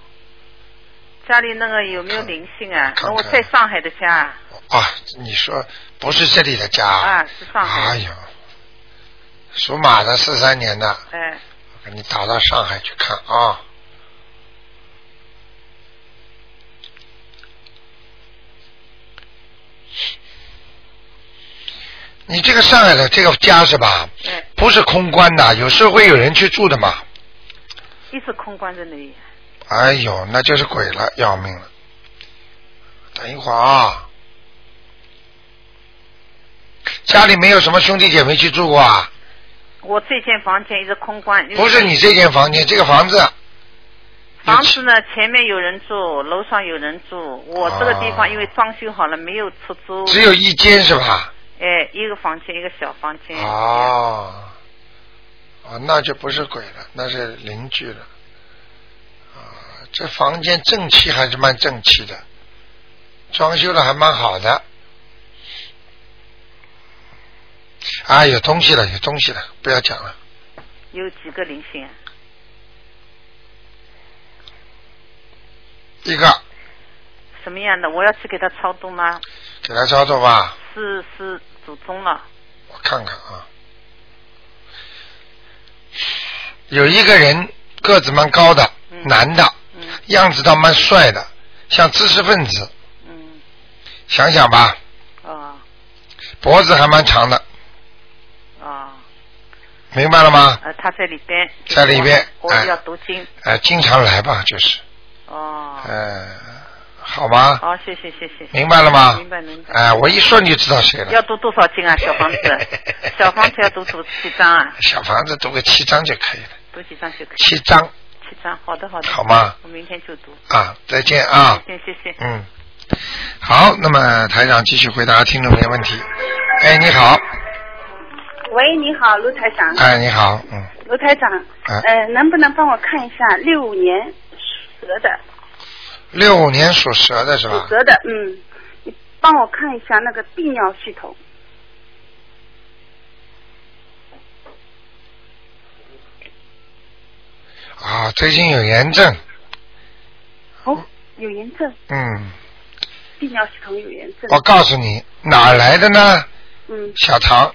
Speaker 10: 家里那个有没有灵性啊？
Speaker 1: 看看
Speaker 10: 我在上海的家啊
Speaker 1: 啊，你说不是这里的家？
Speaker 10: 啊，是上海。
Speaker 1: 哎呀，属马的，四三年的，
Speaker 10: 哎，
Speaker 1: 我给你打到上海去看啊。你这个上海的这个家是吧？不是空关的，有时候会有人去住的嘛。
Speaker 10: 一直空关在那里。
Speaker 1: 哎呦，那就是鬼了，要命了！等一会儿啊，家里没有什么兄弟姐妹去住过啊？
Speaker 10: 我这间房间一直空关。
Speaker 1: 不是你这间房间，这个房子
Speaker 10: 房子呢，前面有人住，楼上有人住。我这个地
Speaker 1: 啊
Speaker 10: 方因为装修好了，没有出租。
Speaker 1: 只有一间是？吧？
Speaker 10: 哎，一个房间，一个小房间。
Speaker 1: 哦，啊，那就不是鬼了，那是邻居了。啊，这房间正气还是蛮正气的，装修的还蛮好的。啊，有东西了，有东西了，不要讲了。
Speaker 10: 有几个零星啊？
Speaker 1: 一个
Speaker 10: 什么样的？我要去给他超度吗？
Speaker 1: 给他操作吧，
Speaker 10: 是是祖宗了。
Speaker 1: 我看看啊。有一个人个子蛮高的，
Speaker 10: 嗯
Speaker 1: 男的，样子倒蛮帅的，像知识分子。想想吧，
Speaker 10: 嗯啊
Speaker 1: 脖子还蛮长的，
Speaker 10: 啊。
Speaker 1: 明白了吗？
Speaker 10: 呃，他在里边。
Speaker 1: 在里边
Speaker 10: 我
Speaker 1: 哎
Speaker 10: 要读经。
Speaker 1: 哎，经常来吧，就是。
Speaker 10: 哦。
Speaker 1: 呃，好吗？
Speaker 10: 好，谢谢谢谢。
Speaker 1: 明白了吗
Speaker 10: 明白明白。
Speaker 1: 哎我一说你就知道谁了
Speaker 10: 要读多少经啊？小 房子，小房子要读多几张啊？
Speaker 1: 小房子读个七章就可以了，
Speaker 10: 读几张就可以？
Speaker 1: 七章
Speaker 10: 七张，好的好的。
Speaker 1: 好吗？
Speaker 10: 我明天就读。
Speaker 1: 啊，再见啊，
Speaker 10: 再见，谢谢。
Speaker 1: 嗯，好，那么台长继续回答听众朋友问题。哎，你好，
Speaker 11: 喂，你好，卢台长。
Speaker 1: 哎，你好，嗯，
Speaker 11: 卢台长，
Speaker 1: 哎
Speaker 11: 呃，能不能帮我看一下六五年属蛇的，
Speaker 1: 六五年属蛇的是
Speaker 11: 属
Speaker 1: 吧？
Speaker 11: 蛇的，嗯，你帮我看一下那个泌尿系统，
Speaker 1: 啊，最近有炎症，
Speaker 11: 哦，有炎症，
Speaker 1: 嗯，
Speaker 11: 泌尿系统有炎症。
Speaker 1: 我告诉你哪来的呢？
Speaker 11: 嗯，
Speaker 1: 小肠，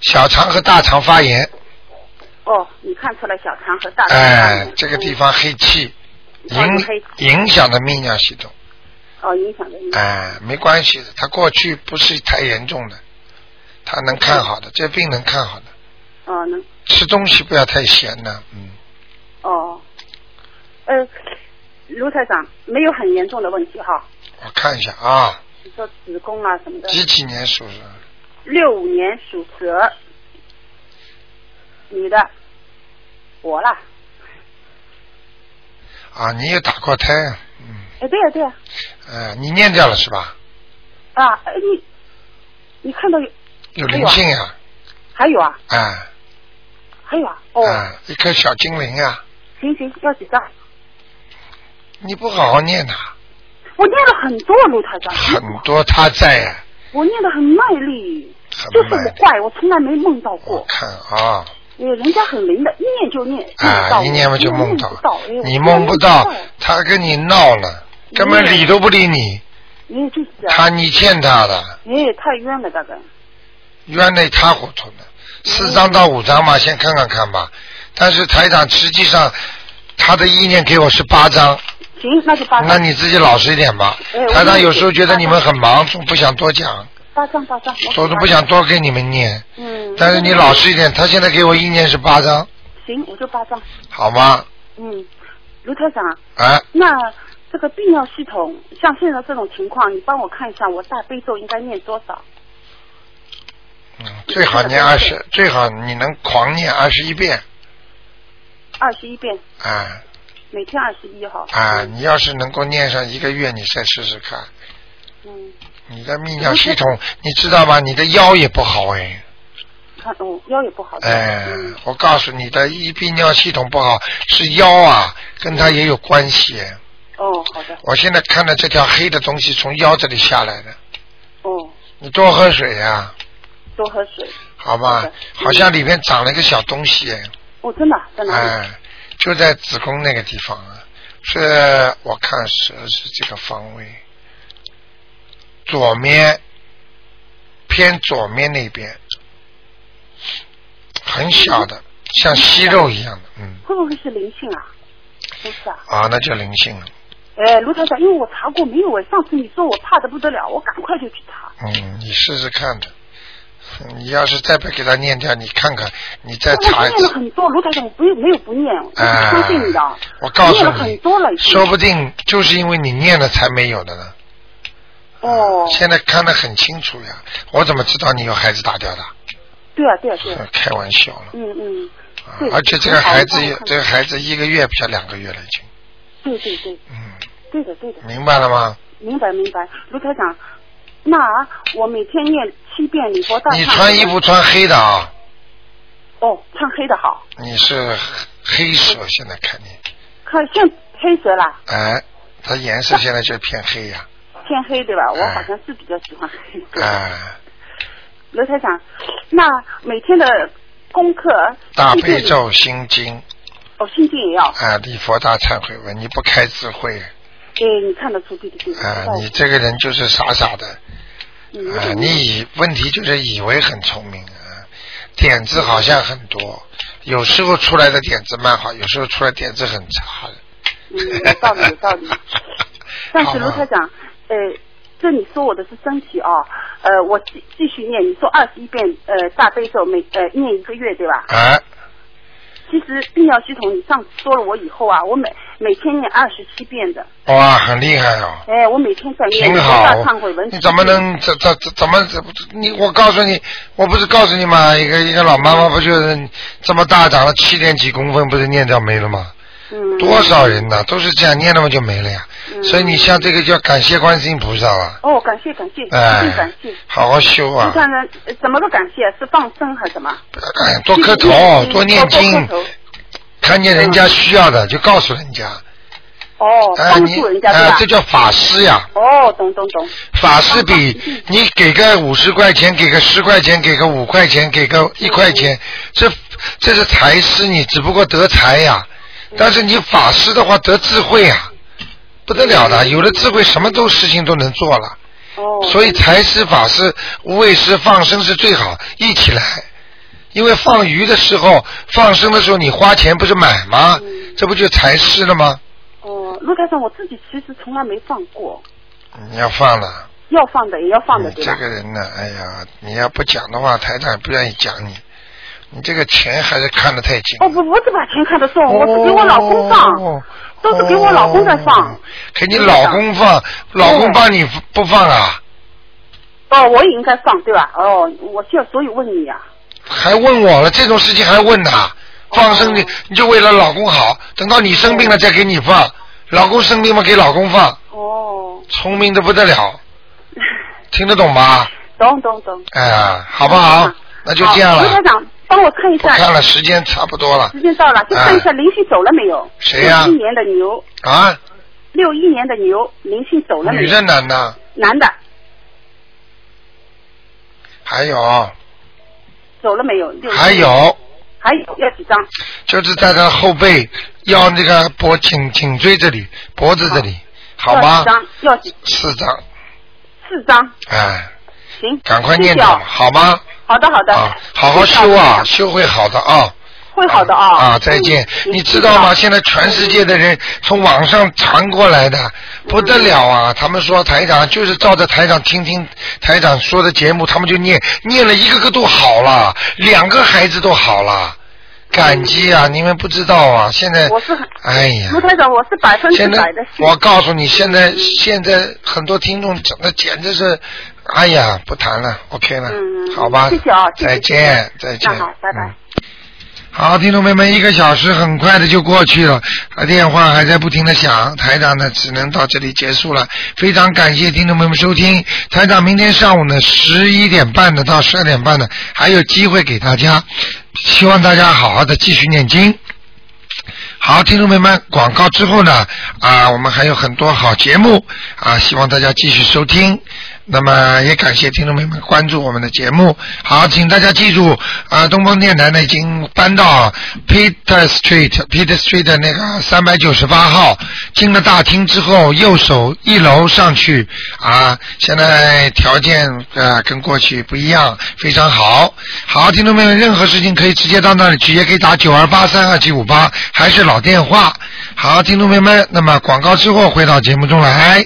Speaker 1: 小肠和大肠发炎，
Speaker 11: 哦，你看出来小肠和大肠发炎
Speaker 1: 哎，这个地方黑气
Speaker 11: 哦有
Speaker 1: 影
Speaker 11: 黑气
Speaker 1: 影响的泌尿系统，
Speaker 11: 哦影响的你。
Speaker 1: 哎，没关系的，他过去不是太严重的，他能看好的，这病能看好的，
Speaker 11: 哦能
Speaker 1: 吃东西不要太咸的，嗯，
Speaker 11: 哦，呃，卢台长没有很严重的问题哈，
Speaker 1: 我看一下啊，
Speaker 11: 你说子宫啊什么的。
Speaker 1: 几几年属蛇？
Speaker 11: 六五年属蛇，女的，我啦。
Speaker 1: 啊，你也打过胎，
Speaker 11: 哎，对呀、对呀、
Speaker 1: 呃，你念掉了是吧？
Speaker 11: 啊，哎你，你看到有
Speaker 1: 有灵性呀、
Speaker 11: 还有啊，
Speaker 1: 啊，
Speaker 11: 还有啊，
Speaker 1: 哎、
Speaker 11: 哦，
Speaker 1: 啊一颗小精灵啊，
Speaker 11: 行行，要几张？
Speaker 1: 你不好好念呐、
Speaker 11: 我念了很多卢台长，
Speaker 1: 很多他在啊呀、
Speaker 11: 我念的很卖力，就是我怪，我从来没梦到过。
Speaker 1: 看啊，
Speaker 11: 哎，人家很灵的，一念就念，
Speaker 1: 啊
Speaker 11: 到
Speaker 1: 一念嘛就
Speaker 11: 梦
Speaker 1: 梦到
Speaker 11: 不到，哎呦嗯
Speaker 1: 你梦不到
Speaker 11: 我，
Speaker 1: 他跟你闹了，根本理都不理你，
Speaker 11: 哎，就是啊
Speaker 1: 他你欠他的，
Speaker 11: 哎，太冤了，大哥。
Speaker 1: 冤得一塌糊涂
Speaker 11: 嗯
Speaker 1: 的。四张到五张嘛，先看看看吧。但是台长实际上他的意念给我是八张，
Speaker 11: 行，那就八张。
Speaker 1: 那你自己老实一点吧
Speaker 11: 哎。我
Speaker 1: 台长
Speaker 11: 理解
Speaker 1: 有时候觉得你们很忙，总不想多讲，
Speaker 11: 八张八张，我
Speaker 1: 总是不想多给你们念。
Speaker 11: 嗯。
Speaker 1: 但是你老实一点，他现在给我意念是八张，
Speaker 11: 行，我就八张。
Speaker 1: 好吗？
Speaker 11: 嗯，卢台长，
Speaker 1: 啊，
Speaker 11: 那这个泌尿系统，像现在这种情况，你帮我看一下，我大悲咒应该念多少？
Speaker 1: 最好念二十，最好你能狂念二十一遍。
Speaker 11: 二十一遍，
Speaker 1: 啊
Speaker 11: 每天二十一哈。
Speaker 1: 啊！你要是能够念上一个月，你再试试看。
Speaker 11: 嗯，
Speaker 1: 你的泌尿系统，你知道吗？你的腰也不好哎，
Speaker 11: 看我腰也不好。
Speaker 1: 哎，我告诉你的，一泌尿系统不好是腰啊，跟它也有关系。
Speaker 11: 哦，好的，
Speaker 1: 我现在看到这条黑的东西从腰这里下来的，
Speaker 11: 哦，
Speaker 1: 你多喝水呀、
Speaker 11: 多喝水。
Speaker 1: 好吧？好像里面长了一个小东西哎，
Speaker 11: 哦，真的啊在哪里？
Speaker 1: 哎，就在子宫那个地方啊，是我看是是这个方位，左面偏左面那边，很小的，像息肉一样的，嗯，
Speaker 11: 会不会是灵性啊？不是啊。
Speaker 1: 啊，那就灵性了，
Speaker 11: 哎，卢台长，因为我查过没有哎，上次你说我怕的不得了，我赶快就去查。
Speaker 1: 嗯，你试试看的。你要是再不给他念掉，你看看，你再
Speaker 11: 我
Speaker 1: 哎查一
Speaker 11: 念了
Speaker 1: 次，
Speaker 11: 很多，卢台长，我不没有不念，我
Speaker 1: 哎
Speaker 11: 相信你的。
Speaker 1: 我告诉
Speaker 11: 念了很
Speaker 1: 你，
Speaker 11: 多了已经。
Speaker 1: 说不定就是因为你念了才没有的呢。
Speaker 11: 哦，
Speaker 1: 现在看得很清楚呀，我怎么知道你有孩子打掉的？
Speaker 11: 对啊，对啊，对啊。
Speaker 1: 呃开玩笑了，
Speaker 11: 嗯嗯，
Speaker 1: 啊
Speaker 11: 对
Speaker 1: 而且这个孩子也
Speaker 11: 我看，
Speaker 1: 这个孩子一个月不要两个月了，已经
Speaker 11: 对对对。
Speaker 1: 嗯。
Speaker 11: 对的对的，
Speaker 1: 明白了吗？
Speaker 11: 明白明白，卢台长，那啊我每天念七遍礼佛大忏。
Speaker 1: 你穿衣服穿黑的啊，
Speaker 11: 哦，穿黑的好，
Speaker 1: 你是黑蛇，现在看你，
Speaker 11: 看现黑色啦，
Speaker 1: 哎，它颜色现在就偏黑呀、
Speaker 11: 偏黑对吧？我好像是比较喜欢黑。
Speaker 1: 哎，
Speaker 11: 卢台长，那每天的功课
Speaker 1: 大
Speaker 11: 心经
Speaker 1: 悲
Speaker 11: 里
Speaker 1: 咒心经，
Speaker 11: 哦，心经也要，
Speaker 1: 啊，礼佛大忏悔文，你不开智慧，
Speaker 11: 哎，你看得出对对对。
Speaker 1: 啊，你这个人就是傻傻的，
Speaker 11: 哦嗯有
Speaker 1: 啊，
Speaker 11: 点
Speaker 1: 你以问题就是以为很聪明啊，点子好像很多，有时候出来的点子蛮好，有时候出来点子很差的。
Speaker 11: 嗯，有道理，有道 理。但是卢台长，呃，这你说我的是身体啊、呃，我继
Speaker 1: 哎
Speaker 11: 继续念，你说二十一遍呃大悲咒每呃念一个月对吧？
Speaker 1: 啊，
Speaker 11: 其实泌尿系统，你上次说了我以后啊，我每每天念二十七遍的。
Speaker 1: 哇，很厉害哦，
Speaker 11: 哎，我每天在念
Speaker 1: 挺
Speaker 11: 大
Speaker 1: 好
Speaker 11: 忏悔文。。
Speaker 1: 你怎么能怎怎怎怎么怎你？我告诉你，我不是告诉你嘛，一个一个老妈妈不就是这么大长了七点几公分，不是念掉没了吗？
Speaker 11: 嗯
Speaker 1: 多少人呐，都是这样念了嘛就没了呀。所以你像这个就要感谢观世音菩萨了，
Speaker 11: 哦，感谢感谢，一
Speaker 1: 哎
Speaker 11: 定感谢。
Speaker 1: 好好修啊
Speaker 11: 你，看呢？呃怎么个感谢？是放生还是什么？
Speaker 1: 哎多磕头
Speaker 11: 嗯，
Speaker 1: 多念经
Speaker 11: 多，磕头
Speaker 1: 看见人家需要的就告诉人家，
Speaker 11: 哦，
Speaker 1: 哎
Speaker 11: 帮
Speaker 1: 你
Speaker 11: 助人家对
Speaker 1: 哎
Speaker 11: 吧？
Speaker 1: 这叫法师呀。
Speaker 11: 哦，懂懂懂。
Speaker 1: 法师比你给个五十块钱，给个十块钱，给个五块钱，给个一块钱，这这是财师，你只不过得财呀。但是你法师的话得智慧啊，不得了的，有了智慧什么都事情都能做了。所以财师、法师、无畏师、放生是最好一起来，因为放鱼的时候、放生的时候你花钱不是买吗？这不就财师了吗？
Speaker 11: 哦，陆台长，我自己其实从来没放过，
Speaker 1: 你嗯要放了。
Speaker 11: 要放的也要放的，
Speaker 1: 你嗯
Speaker 11: 对
Speaker 1: 这
Speaker 11: 吧？
Speaker 1: 个人呢，哎呀，你要不讲的话，台长也不愿意讲你。你这个钱还是看得太紧，
Speaker 11: 哦不，我只把钱看得重，我
Speaker 1: 哦
Speaker 11: 是给我老公放，都是给我老公在放。
Speaker 1: 给你老公放，老公帮你不放啊？
Speaker 11: 哦，我也应该放，对吧？哦，我现在所以问你呀、
Speaker 1: 还问我了，这种事情还问呐？放生你你就为了老公好，等到你生病了再给你放，老公生病嘛给老公放。
Speaker 11: 哦。
Speaker 1: 聪明的不得了，听得懂吧？
Speaker 11: 懂懂懂。
Speaker 1: 哎呀，好不好？那就这样
Speaker 11: 好卢台
Speaker 1: 了，
Speaker 11: 长，帮我看一
Speaker 1: 不
Speaker 11: 下。
Speaker 1: 看了，时间差不多了
Speaker 11: 时间到了，就看一下灵性走了没有？
Speaker 1: 谁呀
Speaker 11: 六一年的牛，
Speaker 1: 啊。
Speaker 11: 六一年的牛，灵性走了没有？
Speaker 1: 女的男的？
Speaker 11: 男的
Speaker 1: 还有
Speaker 11: 走了没有？61
Speaker 1: 还有，
Speaker 11: 还有要几张？
Speaker 1: 就是在他后背腰那个脖颈颈椎这里，脖子这里，好
Speaker 11: 要
Speaker 1: 吗
Speaker 11: 几？张？要几
Speaker 1: 四张，
Speaker 11: 四张？
Speaker 1: 哎，
Speaker 11: 行，
Speaker 1: 赶快
Speaker 11: 谢谢
Speaker 1: 念掉，
Speaker 11: 哦
Speaker 1: 好吗？
Speaker 11: 好的好的，
Speaker 1: 啊，好好修啊，修会好的啊。
Speaker 11: 会好的啊。
Speaker 1: 啊，再见！你知道吗？现在全世界的人从网上传过来的，不得了啊！他们说台长就是照着台长听听台长说的节目，他们就念念了一个个都好了，两个孩子都好了，感激啊！你们不知道啊！现在，哎呀，
Speaker 11: 卢台长，我是百分之
Speaker 1: 现在
Speaker 11: 百的信。
Speaker 1: 我告诉你，现在现在很多听众整的简直是，哎呀，不谈了，OK 了，好吧，
Speaker 11: 嗯谢谢啊，谢谢
Speaker 1: 再见，再见嗯
Speaker 11: 那。好，拜拜。
Speaker 1: 好，听众朋友们，一个小时很快的就过去了，啊，电话还在不停的响，台长呢只能到这里结束了。非常感谢听众朋友们收听，台长明天上午呢十一点半的到十二点半的还有机会给大家，希望大家好好的继续念经。好，听众朋友们，广告之后呢，啊，我们还有很多好节目啊，希望大家继续收听。那么也感谢听众朋友们关注我们的节目。好，请大家记住，啊，东方电台呢已经搬到 Peter Street Peter Street 的那个三百九十八号，进了大厅之后，右手一楼上去啊，现在条件呃跟过去不一样，非常好。好，听众朋友们，任何事情可以直接到那里去，也可以打九二八三二七五八，还是老电话。好，听众朋友们，那么广告之后回到节目中来。